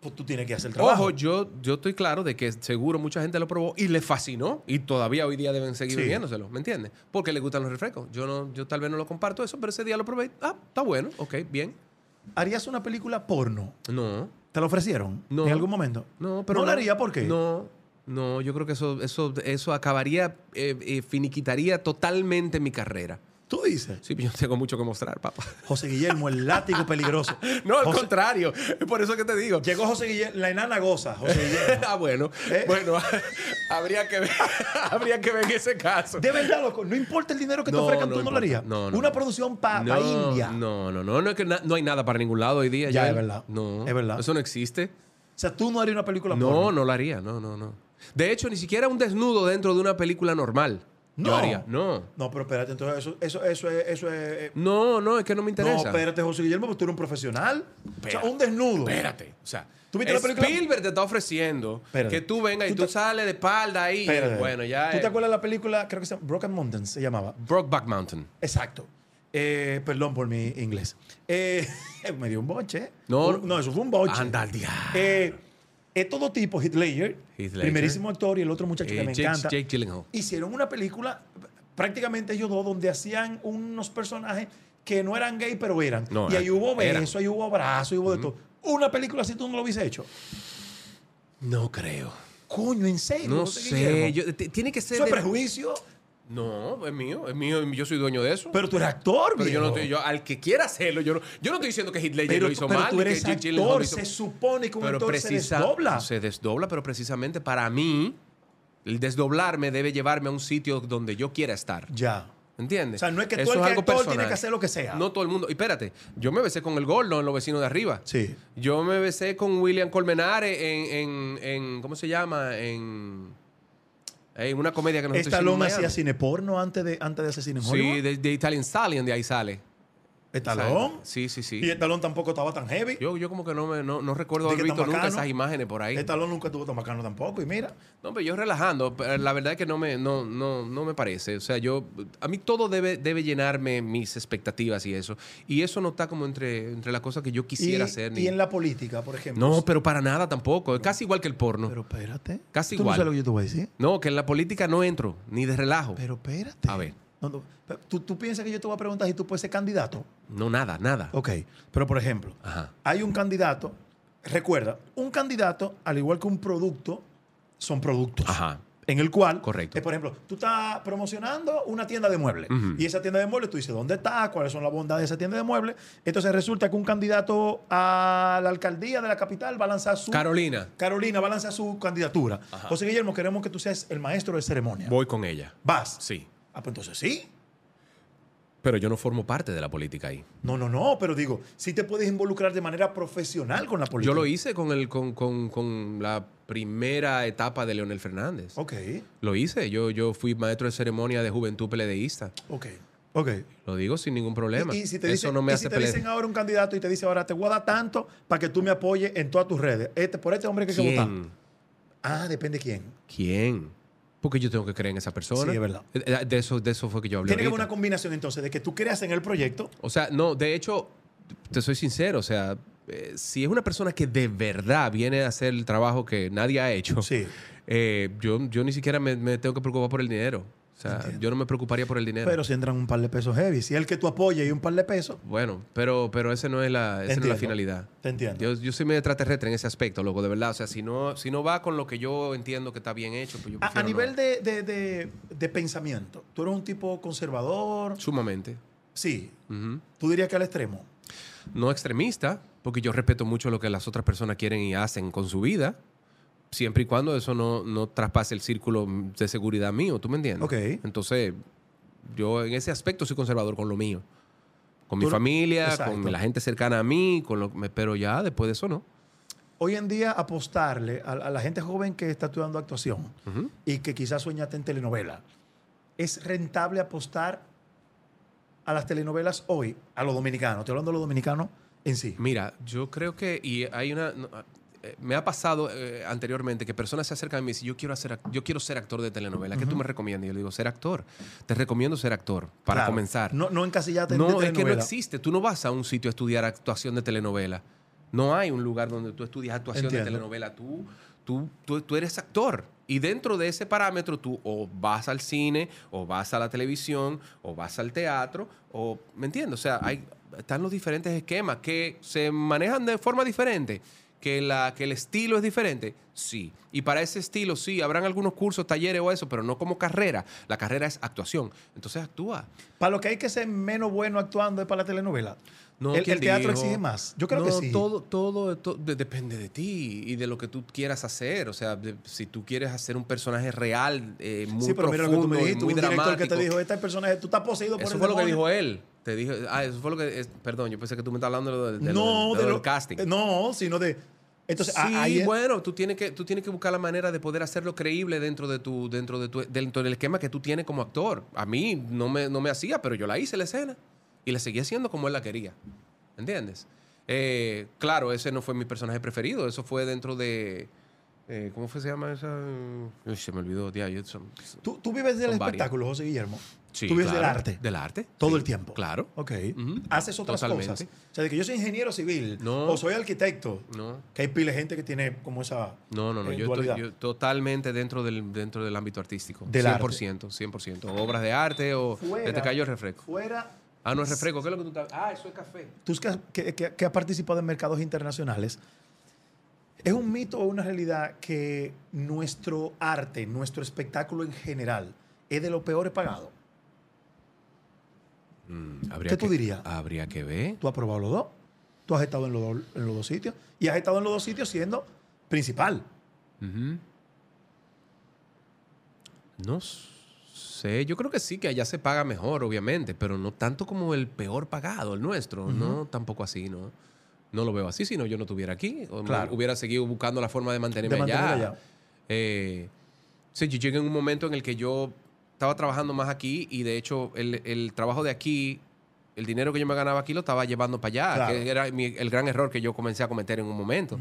A: pues tú tienes que hacer el trabajo.
B: Ojo, yo, yo estoy claro de que seguro mucha gente lo probó y le fascinó y todavía hoy día deben seguir
A: Sí.
B: bebiéndoselo, ¿me entiendes? Porque le gustan los refrescos. Yo no, yo tal vez no lo comparto eso, pero ese día lo probé. y, Ah, está bueno, ok, bien.
A: ¿Harías una película porno?
B: No,
A: ¿Te la ofrecieron?
B: No.
A: ¿En algún momento?
B: no, pero
A: ¿No la haría por qué?
B: No, no, yo creo que eso, eso, eso acabaría, eh, eh, finiquitaría totalmente mi carrera.
A: Tú dices.
B: Sí, yo tengo mucho que mostrar, papá. [laughs]
A: José Guillermo, el látigo peligroso.
B: No, al
A: José-
B: contrario. Es por eso que te digo.
A: Llegó José Guillermo, la enana goza, José Guillermo.
B: [laughs] ah, bueno.
A: Eh.
B: Bueno, [laughs] habría que ver, [laughs] habría que ver ese caso.
A: De verdad, loco, no importa el dinero que te
B: No,
A: ofrezcan,
B: no
A: tú no lo
B: importa.
A: harías.
B: No, no.
A: Una producción para
B: no,
A: India.
B: No, no, no, no, es que na- no hay nada para ningún lado hoy día.
A: Ya,
B: Joel.
A: es verdad.
B: No,
A: Es verdad.
B: Eso no existe.
A: O sea, tú no harías una película porno.
B: No, no lo haría. No, no, no. De hecho, ni siquiera un desnudo dentro de una película normal.
A: No.
B: Yo haría. No.
A: No, pero espérate, entonces eso, eso, eso es. eh, Eso es
B: No, no, es que no me interesa.
A: No, espérate, José Guillermo, porque tú eres un profesional. O
B: Espérate.
A: sea, un desnudo.
B: Espérate. O sea,
A: ¿Tú viste la película?
B: Spielberg te está ofreciendo
A: Espérate.
B: que tú vengas y
A: Tú
B: tú,
A: te-
B: sales de espalda ahí.
A: Espérate.
B: Bueno, ya.
A: ¿Tú
B: eh,
A: te acuerdas de la película, creo que se llama Broken Mountains, se llamaba?
B: Brokeback Mountain.
A: Exacto. Eh, perdón por mi inglés. Eh, [laughs] me dio un boche.
B: No.
A: Un- no, eso fue un boche.
B: Anda al diablo.
A: Eh, es todo tipo, Heath Ledger,
B: Heath Ledger.
A: primerísimo actor y el otro muchacho
B: Eh,
A: que me
B: Jake-
A: encanta.
B: Jake Gyllenhaal.
A: Hicieron una película, prácticamente ellos dos, donde hacían unos personajes que no eran gay, pero eran.
B: No,
A: y ahí
B: eran.
A: hubo besos, ahí hubo abrazos, ahí hubo de todo. Una película así tú no lo hubiese hecho.
B: No creo.
A: Coño, en serio.
B: No
A: José Guillermo?
B: sé. yo- t- tiene que ser.
A: Eso es
B: de-
A: prejuicio.
B: No, es mío, es mío, yo soy dueño de eso.
A: Pero tú eres actor,
B: Pero yo no
A: viejo.
B: estoy, yo, al que quiera hacerlo, yo no, yo no estoy diciendo que Hitler
A: Pero
B: lo
A: tú-
B: hizo
A: pero
B: mal,
A: tú
B: ni que
A: eres
B: Jake Gyllenhaal
A: actor,
B: lo hizo-
A: se supone que un
B: pero
A: actor se
B: precisa-
A: desdobla.
B: Se desdobla, pero precisamente para mí, el desdoblarme debe llevarme a un sitio donde yo quiera estar.
A: Ya.
B: ¿Entiendes?
A: O sea, no es que tú
B: Eso
A: el que
B: algo
A: actor
B: personal.
A: tiene que hacer lo que sea.
B: No todo el mundo. Y espérate, yo me besé con el gordo en los vecinos de arriba.
A: Sí.
B: Yo me besé con William Colmenares en, en, en- ¿cómo se llama? En Es una comedia que nosotros
A: Estalón
B: hicimos en
A: hacía
B: Miami.
A: cine porno antes de, antes de hacer cine en
B: Sí,
A: Hollywood.
B: de, de Italian Stallion, de ahí sale.
A: Estalón.
B: Sale. Sí, sí, sí.
A: Y Estalón tampoco estaba tan heavy.
B: Yo, yo como que no, me, no, no recuerdo
A: De que
B: haber visto
A: tan
B: nunca
A: bacano.
B: esas imágenes por ahí.
A: Estalón nunca estuvo tan bacano tampoco. Y mira,
B: No, pero yo relajando, pero la verdad es que no me, no, no, no me parece. O sea, yo, a mí todo debe, debe llenarme mis expectativas y eso. Y eso no está como entre, entre las cosas que yo quisiera
A: y,
B: hacer.
A: y
B: ni-
A: en la política, por ejemplo.
B: No, pero para nada tampoco. Es casi igual que el porno.
A: Pero espérate.
B: Casi
A: ¿Tú no
B: igual.
A: sabes lo que yo te voy a decir?
B: No, que en la política no entro, ni de relajo.
A: Pero espérate.
B: A ver.
A: No, no, pero ¿Tú, tú piensas que yo te voy a preguntar si tú puedes ser candidato?
B: No, nada, nada.
A: Ok. Pero, por ejemplo,
B: Ajá.
A: hay un candidato. Recuerda, un candidato, al igual que un producto, son productos.
B: Ajá.
A: En el cual,
B: Correcto.
A: eh, por ejemplo, tú estás promocionando una tienda de muebles.
B: Ujú.
A: Y esa tienda de muebles, tú dices, ¿dónde está? ¿Cuáles son las bondades de esa tienda de muebles? Entonces resulta que un candidato a la alcaldía de la capital va a lanzar su...
B: Carolina,
A: Carolina va a lanzar su candidatura.
B: Ajá.
A: José Guillermo, queremos que tú seas el maestro de ceremonia.
B: voy con ella.
A: Vas.
B: Sí.
A: Ah, pues entonces sí.
B: Pero yo no formo parte de la política ahí.
A: No, no, no, pero digo, sí te puedes involucrar de manera profesional con la política.
B: Yo lo hice con, el, con, con- con la primera etapa de Leonel Fernández.
A: Ok,
B: Lo hice. Yo, yo fui maestro de ceremonia de juventud peledeísta.
A: ok, ok.
B: Lo digo sin ningún problema.
A: Y, y si te,
B: Eso
A: dicen,
B: no me
A: y
B: hace
A: si te
B: pele-
A: dicen ahora un candidato y te dice ahora te voy a dar tanto para que tú me apoyes en todas tus redes. Este, por este hombre que hay que votar.
B: ¿Quién?
A: Ah, depende quién.
B: ¿Quién? Porque yo tengo que creer en esa persona.
A: Sí, es verdad.
B: Eh, eh, De eso, de eso fue que yo hablé.
A: Tiene que haber
B: ahorita.
A: una combinación entonces de que tú creas en el proyecto.
B: O sea, no, de hecho, te soy sincero, o sea, eh, si es una persona que de verdad viene a hacer el trabajo que nadie ha hecho,
A: Sí.
B: eh, yo, yo ni siquiera me, me tengo que preocupar por el dinero. O sea, yo no me preocuparía por el dinero.
A: Pero si entran un par de pesos heavy, si el que tú apoyes y un par de pesos,
B: bueno, pero, pero ese no es la, esa no es la
A: Entiendo.
B: finalidad.
A: te entiendo.
B: Yo, yo soy medio extraterrestre en ese aspecto, loco, de verdad. O sea, si no, si no va con lo que yo entiendo que está bien hecho, pues yo
A: a, a
B: prefiero no.
A: nivel de, de- de- de pensamiento, tú eres un tipo conservador.
B: Sumamente.
A: Sí.
B: Ujú.
A: Tú dirías que al extremo.
B: no extremista, porque yo respeto mucho lo que las otras personas quieren y hacen con su vida, siempre y cuando eso no, no traspase el círculo de seguridad mío, ¿tú me entiendes?
A: Ok.
B: Entonces, yo en ese aspecto soy conservador con lo mío. Con mi
A: Tú no-
B: familia,
A: Exacto.
B: con la gente cercana a mí, con lo, me- pero ya después de eso no.
A: Hoy en día apostarle a, a la gente joven que está estudiando actuación
B: Ujú.
A: y que quizás sueñaste en telenovela, ¿es rentable apostar a las telenovelas hoy, a los dominicanos? Estoy hablando de los dominicanos en sí.
B: Mira, yo creo que, y hay una... no, eh, me ha pasado eh, anteriormente que personas se acercan a mí y me dicen, yo quiero, hacer, ac- yo quiero ser actor de telenovela, ¿qué tú me recomiendas? Y yo le digo, ser actor. Te recomiendo ser actor para
A: Claro.
B: comenzar.
A: No, no encasillarte en
B: No, es que no
A: telenovela.
B: existe. Tú no vas a un sitio a estudiar actuación de telenovela. No hay un lugar donde tú estudias actuación de
A: Entiendo.
B: telenovela. Tú, tú, tú, tú eres actor. Y dentro de ese parámetro tú o vas al cine, o vas a la televisión, o vas al teatro, o... ¿Me entiendes? O sea, hay, están los diferentes esquemas que se manejan de forma diferente. Que, la, que el estilo es diferente, sí. Y para ese estilo, sí, habrán algunos cursos, talleres o eso, pero no como carrera. La carrera es actuación. Entonces actúa.
A: Para lo que hay que ser menos bueno actuando es para la telenovela.
B: No,
A: el,
B: ¿quién
A: el teatro
B: dijo?
A: exige más. Yo creo
B: No,
A: que sí.
B: Todo, todo, to- de- depende de ti y de lo que tú quieras hacer. O sea, de- si tú quieres hacer un personaje real, eh, muy
A: sí, pero mira lo que tú me
B: profundo y
A: dijiste.
B: muy
A: un director que
B: dramático.
A: te dijo, este personaje, tú estás poseído por
B: eso
A: el
B: fue lo que
A: demonio".
B: dijo él. Te dijo, ah, eso fue lo que. es- perdón, yo pensé que tú me estabas hablando de, lo- de lo-
A: no,
B: de lo
A: de
B: del
A: lo-
B: casting.
A: No, sino de... Entonces, a-
B: sí,
A: ahí es-
B: bueno, tú tienes que tú tienes que buscar la manera de poder hacerlo creíble dentro de tu dentro de tu dentro del esquema que tú tienes como actor. A mí no me, no me hacía, pero yo la hice la escena y la seguí haciendo como él la quería. ¿Entiendes? Eh, claro, ese no fue mi personaje preferido, eso fue dentro de eh, ¿cómo fue se llama esa? Uy, se me olvidó, tía, yo- son-
A: Tú, tú vives del
B: Son varias.
A: espectáculo, José Guillermo.
B: Sí,
A: tú vives
B: claro.
A: del arte.
B: Del arte.
A: Todo
B: sí,
A: el tiempo.
B: Claro.
A: Ok.
B: Ujú.
A: Haces otras
B: Totalmente.
A: cosas. O sea, de que yo soy ingeniero civil
B: No.
A: o soy arquitecto.
B: No.
A: Que hay pile de gente que tiene como esa.
B: No, no, no.
A: eh,
B: Yo estoy
A: dualidad.
B: yo totalmente dentro del, dentro del ámbito artístico.
A: Del arte.
B: 100%, 100%. Obras de arte o...
A: Fuera.
B: Te cayó el refresco.
A: Fuera.
B: Ah, no es refresco. ¿Qué es lo que tú estás...? Ah, eso es café.
A: Tú que, has- que, que- que has participado en mercados internacionales. ¿Es un mito o una realidad que nuestro arte, nuestro espectáculo en general, es de lo peor pagado?
B: Mm, habría
A: ¿Qué tú
B: que-
A: dirías?
B: Habría que ver.
A: Tú has probado los dos. Tú has estado en los, dos- en los dos sitios. Y has estado en los dos sitios siendo principal.
B: Ujú. No s- sé. Yo creo que sí, que allá se paga mejor, obviamente, pero no tanto como el peor pagado, el nuestro. No, tampoco así, ¿no? No lo veo así, si no yo no estuviera aquí. O me
A: Claro.
B: Hubiera seguido buscando la forma de mantenerme
A: De mantenerlo
B: allá.
A: allá.
B: Eh, Sí, yo llegué en un momento en el que yo estaba trabajando más aquí y de hecho el, el trabajo de aquí, el dinero que yo me ganaba aquí lo estaba llevando para allá,
A: Claro. Mm.
B: que era mi- el gran error que yo comencé a cometer en un momento,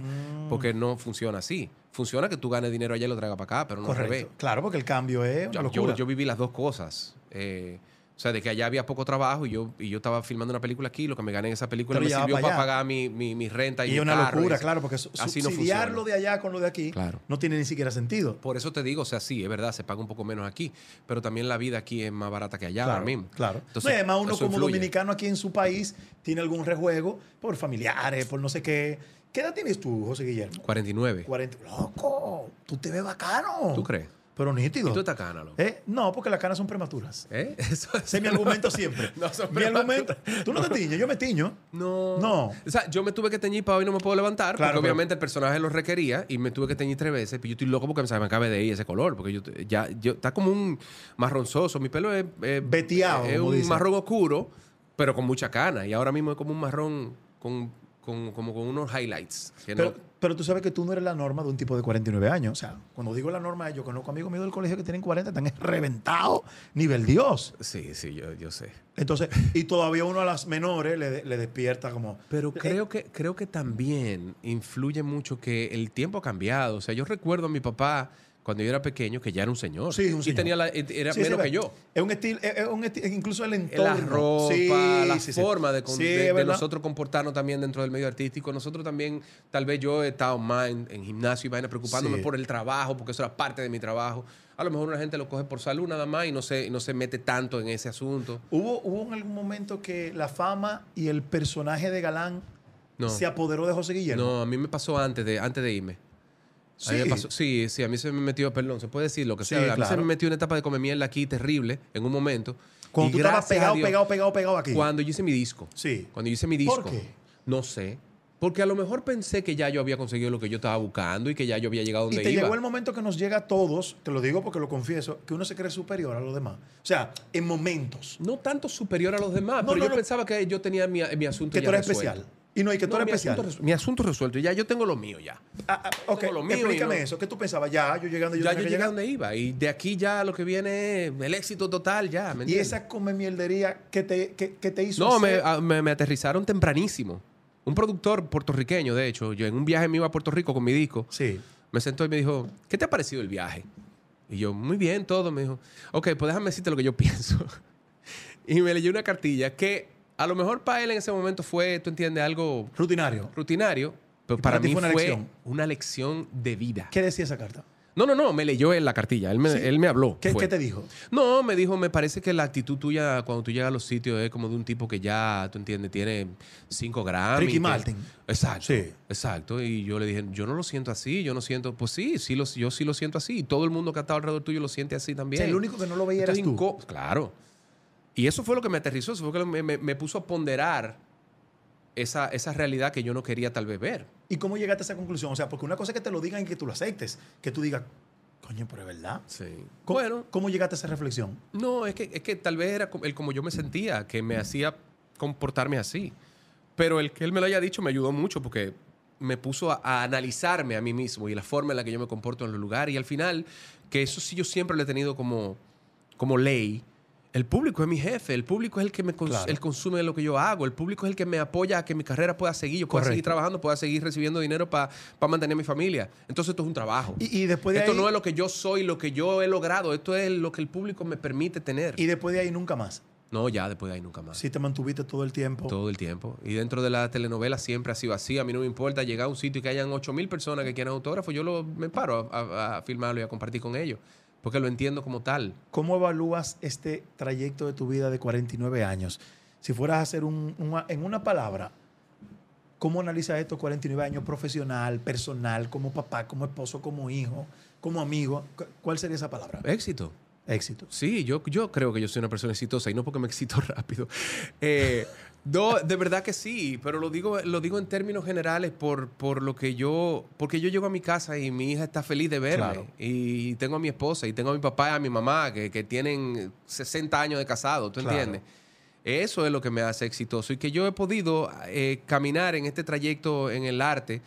B: porque no funciona así. Funciona que tú ganes dinero allá y lo traigas para acá, pero no al revés.
A: Correcto. Claro, porque el cambio es una
B: Yo-
A: locura.
B: Yo, yo viví las dos cosas. Eh, o sea, de que allá había poco trabajo y yo, y yo estaba filmando una película aquí, lo que me gané en esa película
A: Te lo
B: me
A: llevaba
B: sirvió
A: para
B: para
A: allá.
B: pagar mi, mi- mi renta y,
A: y
B: mi
A: es una
B: carro y
A: locura,
B: eso.
A: claro, porque su-
B: Así no
A: subsidiar
B: funciona.
A: lo de allá con lo de aquí
B: Claro.
A: no tiene ni siquiera sentido.
B: Por eso te digo, o sea, sí, es verdad, se paga un poco menos aquí, pero también la vida aquí es más barata que allá ahora mismo.
A: Claro.
B: Entonces,
A: No, y además, uno
B: eso
A: como
B: influye.
A: dominicano aquí en su país tiene algún rejuego por familiares, por no sé qué. ¿Qué edad tienes tú, José Guillermo?
B: 49.
A: 40. ¡Loco! Tú te ves bacano.
B: ¿Tú crees?
A: Pero nítido.
B: Tú estás cana, loco.
A: ¿Eh? No, porque las canas son
B: [laughs]
A: prematuras.
B: ¿Eh? Eso
A: Ese es mi argumento siempre.
B: No, son
A: mi argumento. Tú no te tiñes, yo me tiño.
B: No.
A: No.
B: O sea, yo me tuve que teñir para hoy no me puedo levantar
A: Claro,
B: porque
A: pero-
B: obviamente el personaje lo requería y me tuve que teñir tres veces. Pero yo estoy loco porque se me acabe de ir ese color porque yo ya yo, está como un marronzoso. Mi pelo es, es
A: Veteado,
B: es
A: como
B: un
A: dicen.
B: marrón oscuro pero con mucha cana y ahora mismo es como un marrón con, con- como con unos highlights. que no-
A: Pero, pero tú sabes que tú no eres la norma de un tipo de 49 años. O sea, cuando digo la norma, yo conozco amigos míos del colegio que tienen 40, están reventados, nivel Dios.
B: Sí, sí, yo, yo sé.
A: Entonces, y todavía uno a las menores le, le despierta como.
B: Pero
A: Eh,
B: creo que, creo que también influye mucho que el tiempo ha cambiado. O sea, yo recuerdo a mi papá cuando yo era pequeño que ya era un señor.
A: Sí, un
B: Y
A: señor.
B: tenía la- era
A: Sí, sí,
B: menos
A: ve.
B: que yo.
A: Es un estilo, es- es un esti- incluso el entorno.
B: La ropa,
A: Sí,
B: la
A: sí, sí.
B: forma de, con-
A: Sí,
B: de-
A: es
B: de
A: verdad.
B: nosotros comportarnos también dentro del medio artístico. Nosotros también, tal vez yo he estado más en, en gimnasio y vaina preocupándome
A: Sí.
B: por el trabajo, porque eso era parte de mi trabajo. A lo mejor una gente lo coge por salud nada más y no se, y no se mete tanto en ese asunto.
A: ¿Hubo, hubo en algún momento que la fama y el personaje de Galán
B: No.
A: se apoderó de José Guillermo.
B: No, a mí me pasó antes de, antes de irme. A mí me
A: Sí.
B: pasó- sí, sí, a mí se me metió, perdón, se puede decir lo que
A: Sí,
B: sea. A mí se
A: claro.
B: me metió una etapa de comer mierda aquí terrible en un momento.
A: Cuando
B: Y
A: tú estabas
B: gracias a
A: pegado,
B: Dios,
A: pegado, pegado, pegado aquí.
B: Cuando yo hice mi disco.
A: Sí.
B: Cuando yo hice mi disco.
A: ¿Por qué?
B: No sé. Porque a lo mejor pensé que ya yo había conseguido lo que yo estaba buscando y que ya yo había llegado
A: Y
B: donde
A: te
B: iba.
A: llegó el momento que nos llega a todos, te lo digo porque lo confieso, que uno se cree superior a los demás. O sea, en momentos.
B: No tanto superior a los demás,
A: No,
B: pero
A: no,
B: yo
A: no.
B: pensaba que yo tenía mi, mi asunto
A: Que
B: ya
A: tú eres
B: resuelto.
A: especial. Y no, y que tú
B: No,
A: eres
B: mi
A: especial.
B: Asunto resu- mi asunto resuelto. Ya yo tengo lo mío ya.
A: Ah, ah, ok,
B: Tengo lo mío y
A: explícame
B: no-
A: eso. ¿Qué tú pensabas? Ya, yo llegando, yo
B: ya
A: tenía
B: yo
A: que
B: llegué a
A: llegar.
B: donde iba. Y de aquí ya lo que viene es el éxito total ya. ¿me
A: Y
B: entiendes?
A: esa comemierdería que te, que, que te hizo
B: No, me,
A: hacer-
B: a- me, me aterrizaron tempranísimo. Un productor puertorriqueño, de hecho, yo en un viaje me iba a Puerto Rico con mi disco,
A: Sí.
B: me sentó y me dijo, ¿qué te ha parecido el viaje? Y yo, muy bien, todo. Me dijo, ok, pues déjame decirte lo que yo [laughs] pienso. y me leyó una cartilla que a lo mejor para él en ese momento fue, tú entiendes, algo
A: Rutinario.
B: rutinario, pero
A: Y
B: para,
A: para ti
B: mí
A: fue
B: fue
A: una
B: una,
A: lección.
B: lección. de vida.
A: ¿Qué decía esa carta?
B: No, no, no, me leyó él la cartilla, él me,
A: Sí.
B: él me habló.
A: ¿Qué,
B: fue.
A: qué te dijo?
B: No, me dijo, me parece que la actitud tuya cuando tú llegas a los sitios es como de un tipo que ya, tú entiendes, tiene 5 gramos.
A: Ricky Martin.
B: Exacto.
A: Sí.
B: Exacto. Y yo le dije, yo no lo siento así, yo no siento, pues sí, sí lo, yo sí lo siento así. Y todo el mundo que ha estado alrededor tuyo lo siente así
A: O
B: también.
A: sea, el único que no lo veía eras
B: Entonces,
A: tú.
B: inco- Claro. Y eso fue lo que me aterrizó, eso fue lo que me, me- me puso a ponderar esa, esa realidad que yo no quería tal vez ver.
A: ¿Y cómo llegaste a esa conclusión? O sea, porque una cosa es que te lo digan y que tú lo aceptes. Que tú digas, coño, pero es verdad.
B: Sí.
A: ¿Cómo,
B: Bueno,
A: ¿Cómo llegaste a esa reflexión?
B: No, es que, es que tal vez era co- el como yo me sentía, que me hacía comportarme así. Pero el que él me lo haya dicho me ayudó mucho porque me puso a, a analizarme a mí mismo y la forma en la que yo me comporto en los lugares. Y al final, que eso sí yo siempre lo he tenido como, como ley. El público es mi jefe, el público es el que me cons-
A: Claro.
B: el consume lo que yo hago, el público es el que me apoya a que mi carrera pueda seguir, yo pueda
A: Correcto.
B: seguir trabajando, pueda seguir recibiendo dinero para mantener a mi familia. Entonces esto es un trabajo.
A: Y, y después de
B: Esto
A: ahí,
B: no es lo que yo soy, lo que yo he logrado. Esto es lo que el público me permite tener.
A: y después de ahí nunca más.
B: no, ya después de ahí nunca más.
A: Si te mantuviste todo el tiempo.
B: Todo el tiempo. Y dentro de la telenovela siempre ha sido así. A mí no me importa llegar a un sitio y que hayan 8 mil personas que quieran autógrafo. Yo lo, me paro a, a- a filmarlo y a compartir con ellos. Porque lo entiendo como tal.
A: ¿Cómo evalúas este trayecto de tu vida de 49 años? Si fueras a hacer un, una- en una palabra, ¿cómo analizas estos 49 años profesional, personal, como papá, como esposo, como hijo, como amigo? Cu- ¿Cuál sería esa palabra?
B: Éxito.
A: Éxito.
B: Sí, yo, yo creo que yo soy una persona exitosa y no porque me excito [laughs] rápido. Eh, no, de verdad que sí, pero lo digo, lo digo en términos generales por, por lo que yo, porque yo llego a mi casa y mi hija está feliz de verme.
A: Claro.
B: Y tengo a mi esposa y tengo a mi papá y a mi mamá que, que tienen 60 años de casado, ¿tú
A: Claro.
B: entiendes? Eso es lo que me hace exitoso y que yo he podido eh, caminar en este trayecto en el arte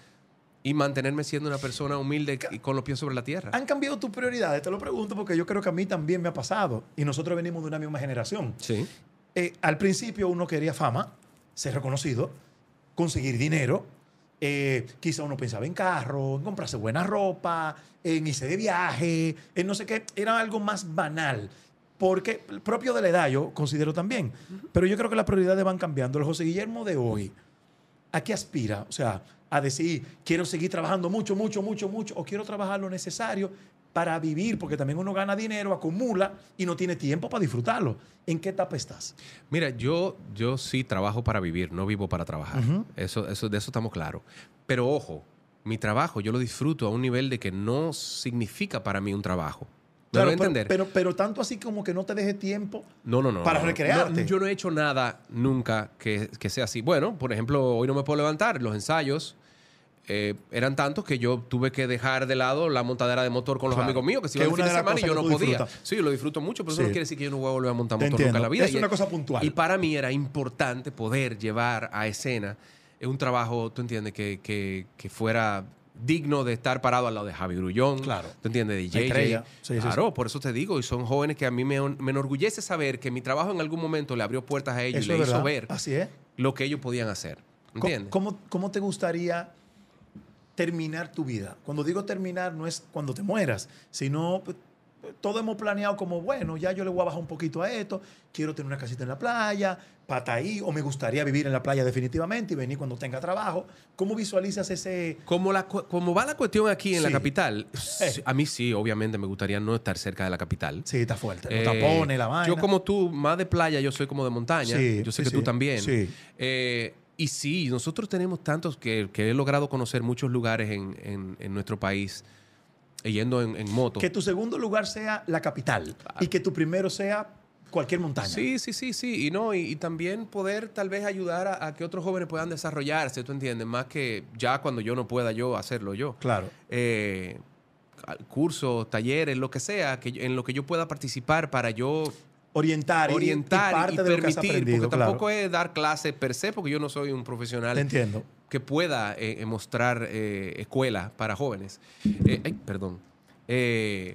B: y mantenerme siendo una persona humilde y con los pies sobre la tierra.
A: ¿Han cambiado tus prioridades? Te lo pregunto porque yo creo que a mí también me ha pasado. Y nosotros venimos de una misma generación.
B: Sí.
A: Eh, al principio uno quería fama, ser reconocido, conseguir dinero. Eh, quizá uno pensaba en carro, en comprarse buena ropa, en irse de viaje, en no sé qué. Era algo más banal. Porque propio de la edad, yo considero también. Pero yo creo que las prioridades van cambiando. El José Guillermo de hoy, ¿a qué aspira? O sea, a decir, quiero seguir trabajando mucho, mucho, mucho, mucho, o quiero trabajar lo necesario para vivir, porque también uno gana dinero, acumula y no tiene tiempo para disfrutarlo. ¿En qué etapa estás?
B: Mira, yo, yo sí trabajo para vivir, no vivo para trabajar.
A: Ujú.
B: eso, eso, de eso estamos claros. Pero ojo, mi trabajo yo lo disfruto a un nivel de que no significa para mí un trabajo. ¿Me
A: Claro,
B: doy a
A: pero-
B: entender?
A: Pero, pero, tanto así como que no te deje tiempo.
B: No, no, no.
A: Para
B: no, no.
A: recrearte.
B: No, yo no he hecho nada nunca que, que sea así. Bueno, por ejemplo, hoy no me puedo levantar. Los ensayos eh, eran tantos que yo tuve que dejar de lado la montadera de motor con los
A: Claro.
B: amigos míos, que se
A: Que
B: iban el fin
A: una
B: de
A: de las
B: semana y
A: cosas
B: yo
A: que
B: no
A: tú
B: podía.
A: disfrutas.
B: Sí, lo disfruto mucho, pero eso
A: Sí.
B: no quiere decir que yo no voy a volver a montar
A: Te
B: motor nunca en la
A: entiendo.
B: vida.
A: Es
B: Y-
A: una cosa puntual.
B: Y para mí era importante poder llevar a escena eh, un trabajo, tú entiendes, que, que- que fuera digno de estar parado al lado de Javi Grullón,
A: Claro.
B: ¿tú entiendes? De
A: La estrella.
B: JJ.
A: Sí, sí,
B: claro, por eso te digo, y son jóvenes que a mí me, me enorgullece saber que mi trabajo en algún momento le abrió puertas a ellos
A: Eso
B: y
A: es
B: le hizo
A: verdad.
B: ver
A: Así es.
B: lo que ellos podían hacer.
A: Co-
B: ¿Entiendes?
A: ¿Cómo, ¿Cómo te gustaría terminar tu vida? Cuando digo terminar, no es cuando te mueras, sino pues, todo hemos planeado como, bueno, ya yo le voy a bajar un poquito a esto, quiero tener una casita en la playa, pata ahí, o me gustaría vivir en la playa definitivamente y venir cuando tenga trabajo. ¿Cómo visualizas ese...
B: Como, la, cu- como va la cuestión aquí en la
A: Sí. Eh.
B: capital, sí, a mí sí, obviamente me gustaría no estar cerca de la capital.
A: Sí, está fuerte.
B: Eh,
A: Los tapones, la vaina.
B: Yo como tú, más de playa, yo soy como de montaña.
A: Sí,
B: yo sé
A: sí,
B: que tú
A: sí.
B: también.
A: Sí.
B: Eh, y sí, nosotros tenemos tantos que, que he logrado conocer muchos lugares en, en- en nuestro país, eh, yendo en, en moto.
A: Que tu segundo lugar sea la capital y que tu primero sea cualquier montaña.
B: Sí, sí, sí, sí. Y no, y, y también poder tal vez ayudar a, a que otros jóvenes puedan desarrollarse, ¿tú entiendes? Más que ya cuando yo no pueda yo hacerlo yo.
A: Claro.
B: Eh, cursos, talleres, lo que sea, que, yo- en lo que yo pueda participar para yo
A: Orientar, y-
B: orientar
A: y,
B: y,
A: parte de lo que has
B: permitir,
A: aprendido,
B: porque
A: claro.
B: tampoco es dar clases per se, porque yo no soy un
A: Te
B: profesional
A: entiendo.
B: que pueda eh, eh, mostrar eh, escuela para jóvenes. Eh, ay, perdón. Eh,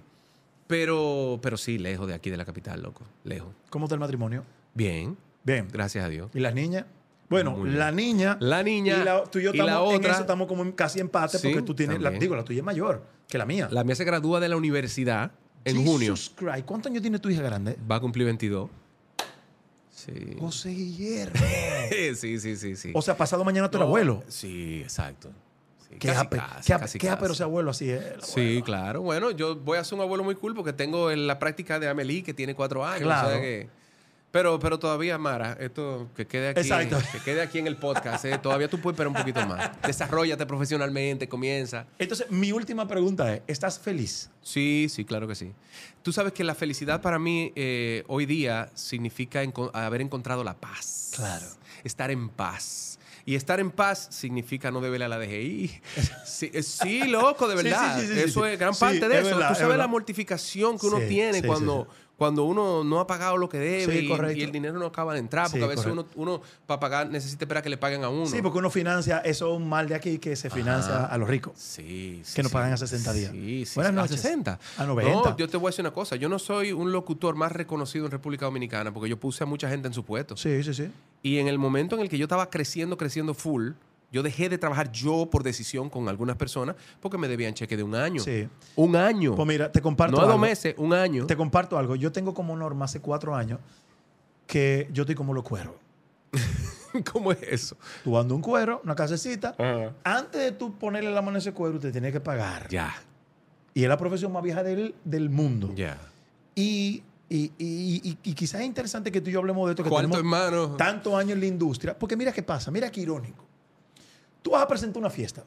B: pero, pero sí, lejos de aquí de la capital, loco. Lejos.
A: ¿Cómo está el matrimonio?
B: Bien,
A: Bien.
B: gracias a Dios.
A: ¿Y las niñas? Bueno,
B: Muy bien.
A: la niña.
B: La niña
A: Y la, tú y yo
B: y la
A: estamos en
B: otra-
A: eso, estamos como en casi empate
B: Sí,
A: porque tú tienes. La,
B: también.
A: digo, la tuya es mayor que la mía.
B: La mía se gradúa de la universidad en
A: Jesus
B: junio.
A: Christ, ¿Cuántos años tiene tu hija grande?
B: Va a cumplir 22. Sí.
A: José Guillermo.
B: [laughs] sí, sí, sí, sí.
A: o sea, pasado mañana tú eres
B: No,
A: abuelo.
B: Sí, exacto. Sí,
A: Qué
B: casi,
A: ape-
B: casi,
A: qué ape-
B: casi,
A: qué apero
B: casi.
A: ese abuelo así es. el
B: Sí,
A: abuelo.
B: claro. Bueno, yo voy a ser un abuelo muy cool porque tengo en la práctica de Amelie que tiene cuatro años.
A: Claro.
B: o sea que- pero, pero todavía, Mara, esto que quede aquí,
A: Exacto.
B: que quede aquí en el podcast. ¿eh? Todavía tú puedes esperar un poquito más. Desarrollate profesionalmente, comienza.
A: Entonces, mi última pregunta es: ¿estás feliz?
B: Sí, sí, claro que sí. Tú sabes que la felicidad para mí eh, hoy día significa enco- haber encontrado la paz.
A: Claro.
B: Estar en paz. Y estar en paz significa no deberle a
A: [laughs]
B: la DGI. Sí, eh, sí, loco, de
A: Sí,
B: verdad.
A: sí, sí, sí,
B: eso
A: sí.
B: es gran
A: Sí,
B: parte
A: es
B: de eso.
A: verdad,
B: Tú
A: es
B: sabes
A: verdad.
B: la mortificación que uno
A: Sí,
B: tiene
A: sí,
B: cuando,
A: sí,
B: cuando uno no ha pagado lo que debe
A: Sí,
B: y-
A: correcto.
B: y, el dinero no acaba de entrar. Porque
A: Sí,
B: a veces uno,
A: correcto.
B: uno para pagar necesita esperar que le paguen a uno.
A: Sí, porque uno financia, eso es un mal de aquí que se financia
B: Ajá.
A: a los ricos.
B: Sí, sí,
A: Que nos
B: sí.
A: pagan a 60 días.
B: Sí, sí.
A: Buenas
B: sí.
A: noches.
B: A 60.
A: A 90.
B: No, yo te voy a decir una cosa. Yo no soy un locutor más reconocido en República Dominicana porque yo puse a mucha gente en su puesto.
A: Sí, sí, sí.
B: Y en el momento en el que yo estaba creciendo, creciendo full, yo dejé de trabajar yo por decisión con algunas personas porque me debían cheque de un año.
A: Sí.
B: Un año.
A: Pues mira, te comparto.
B: no dos
A: algo.
B: meses, un año.
A: Te comparto algo. Yo tengo como norma hace cuatro años que yo estoy como los cueros.
B: [laughs] ¿Cómo es eso?
A: Tú andas un cuero, una casecita.
B: Ah.
A: Antes de tú ponerle la mano a ese cuero, usted tiene que pagar.
B: Ya,
A: Y es la profesión más vieja del, del mundo.
B: ya.
A: Y, y, y- y- y quizás es interesante que tú y yo hablemos de esto, que
B: ¿Cuánto,
A: tenemos
B: hermano?
A: tantos años en la industria. Porque mira qué pasa, mira qué irónico. Tú vas a presentar una fiesta,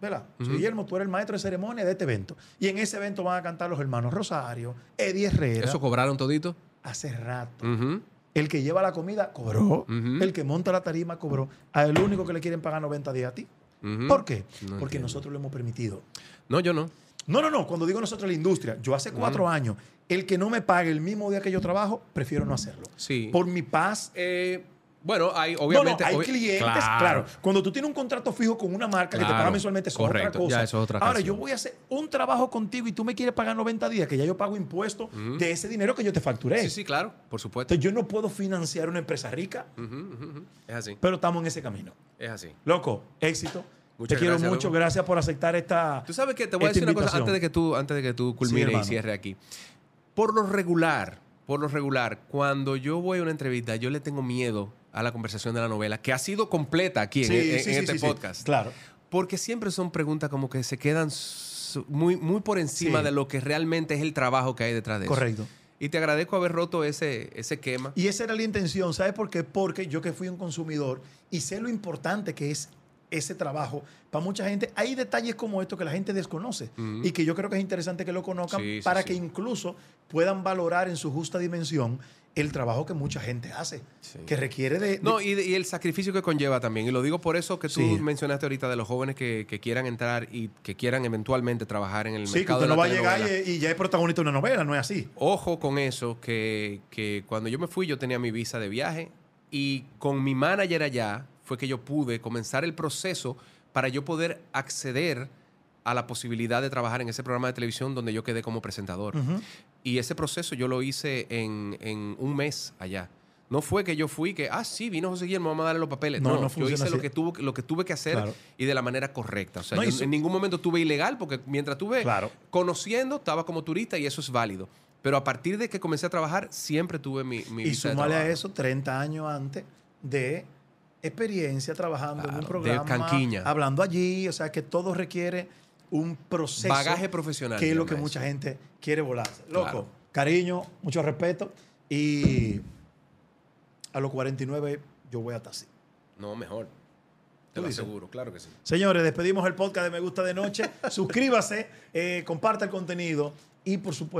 A: ¿verdad?
B: Ujú.
A: Guillermo, tú eres el maestro de ceremonia de este evento. Y en ese evento van a cantar los hermanos Rosario, Eddie Herrera.
B: ¿Eso cobraron todito?
A: hace rato.
B: Ujú.
A: El que lleva la comida cobró.
B: Ujú.
A: El que monta la tarima cobró. A el único que le quieren pagar 90 días a ti.
B: Ujú.
A: ¿Por qué?
B: Mm. No
A: Porque
B: entiendo.
A: nosotros lo hemos permitido.
B: No, yo no.
A: No, no, no. Cuando digo nosotros, la industria. Yo hace cuatro años, el que no me pague el mismo día que yo trabajo, prefiero no hacerlo.
B: Sí.
A: Por mi paz.
B: Eh, Bueno, hay
A: No, no,
B: obviamente.
A: hay
B: obvi-
A: clientes, claro.
C: Claro.
A: Cuando tú tienes un contrato fijo con una marca que te
B: Claro,
A: paga mensualmente, eso es otra
B: correcto,
A: cosa.
C: ya eso es otra
A: Ahora,
C: canción.
A: yo voy a hacer un trabajo contigo y tú me quieres pagar 90 días, que ya yo pago impuestos de ese dinero que yo te facturé.
B: Sí, sí, claro, por supuesto.
A: Entonces, yo no puedo financiar una empresa rica,
B: Ujú, ujú, ujú. Es así,
A: pero estamos en ese camino.
B: es así.
A: Loco, éxito.
B: Muchas
A: te quiero
B: gracias,
A: mucho.
B: loco.
A: Gracias por aceptar esta.
B: Tú sabes que te voy a
A: esta
B: decir una cosa
A: invitación.
B: antes de que tú, antes de que tú
A: Sí,
B: culmines
A: hermano.
B: y cierres aquí. Por lo regular, por lo regular, cuando yo voy a una entrevista, yo le tengo miedo a la conversación de la novela, que ha sido completa aquí en,
A: Sí,
B: en-
A: sí,
B: en
A: sí,
B: este
A: sí, sí.
B: podcast.
A: Claro.
B: Porque siempre son preguntas como que se quedan su- muy, muy por encima
A: Sí.
B: de lo que realmente es el trabajo que hay detrás de eso.
A: Correcto.
B: Y te agradezco haber roto ese, ese quema.
A: Y esa era la intención, ¿sabes por qué? Porque yo que fui un consumidor y sé lo importante que es ese trabajo para mucha gente. Hay detalles como estos que la gente desconoce
B: Ujú.
A: y que yo creo que es interesante que lo conozcan
B: Sí, sí,
A: para
B: sí.
A: que incluso puedan valorar en su justa dimensión el trabajo que mucha gente hace,
B: Sí.
A: que requiere de... de-
B: No, y, de- y el sacrificio que conlleva también. Y lo digo por eso que tú
A: Sí.
B: mencionaste ahorita de los jóvenes que, que quieran entrar y que quieran eventualmente trabajar en el
A: sí, que
B: mercado
A: usted
B: de
A: no
B: la
A: va a llegar
B: telenovela.
A: y, y ya es protagonista de una novela, no es así.
B: Ojo con eso, que, que cuando yo me fui yo tenía mi visa de viaje y con mi manager allá fue que yo pude comenzar el proceso para yo poder acceder a la posibilidad de trabajar en ese programa de televisión donde yo quedé como presentador.
A: Ujú.
B: Y ese proceso yo lo hice en, en un mes allá. No fue que yo fui que, ah, sí, vino José Guillermo, vamos a darle los papeles.
A: No,
B: No,
A: no
B: yo
A: funciona
B: hice lo
A: así.
B: que, tuvo, lo que tuve que hacer
A: Claro.
B: y de la manera correcta. O sea,
A: No,
B: yo
A: y su-
B: en ningún momento tuve ilegal porque mientras tuve
A: Claro.
B: conociendo, estaba como turista y eso es válido. Pero a partir de que comencé a trabajar, siempre tuve mi, mi
A: Y
B: visa de
A: súmale a
B: trabajo.
A: eso 30 años antes de experiencia trabajando en un
B: Claro, de
A: programa,
B: canquiña.
A: hablando allí, o sea que todo requiere un proceso
B: Bagaje profesional.
A: que es
B: se
A: lo
B: llama
A: que
B: eso.
A: mucha gente quiere volarse. Loco,
B: Claro.
A: cariño, mucho respeto y a los 49 yo voy hasta así.
B: No, mejor.
A: ¿Tú
B: Te lo
A: dices?
B: aseguro, claro que sí.
A: Señores, [laughs] despedimos el podcast de Me Gusta de Noche. Suscríbase, eh, comparta el contenido y por supuesto...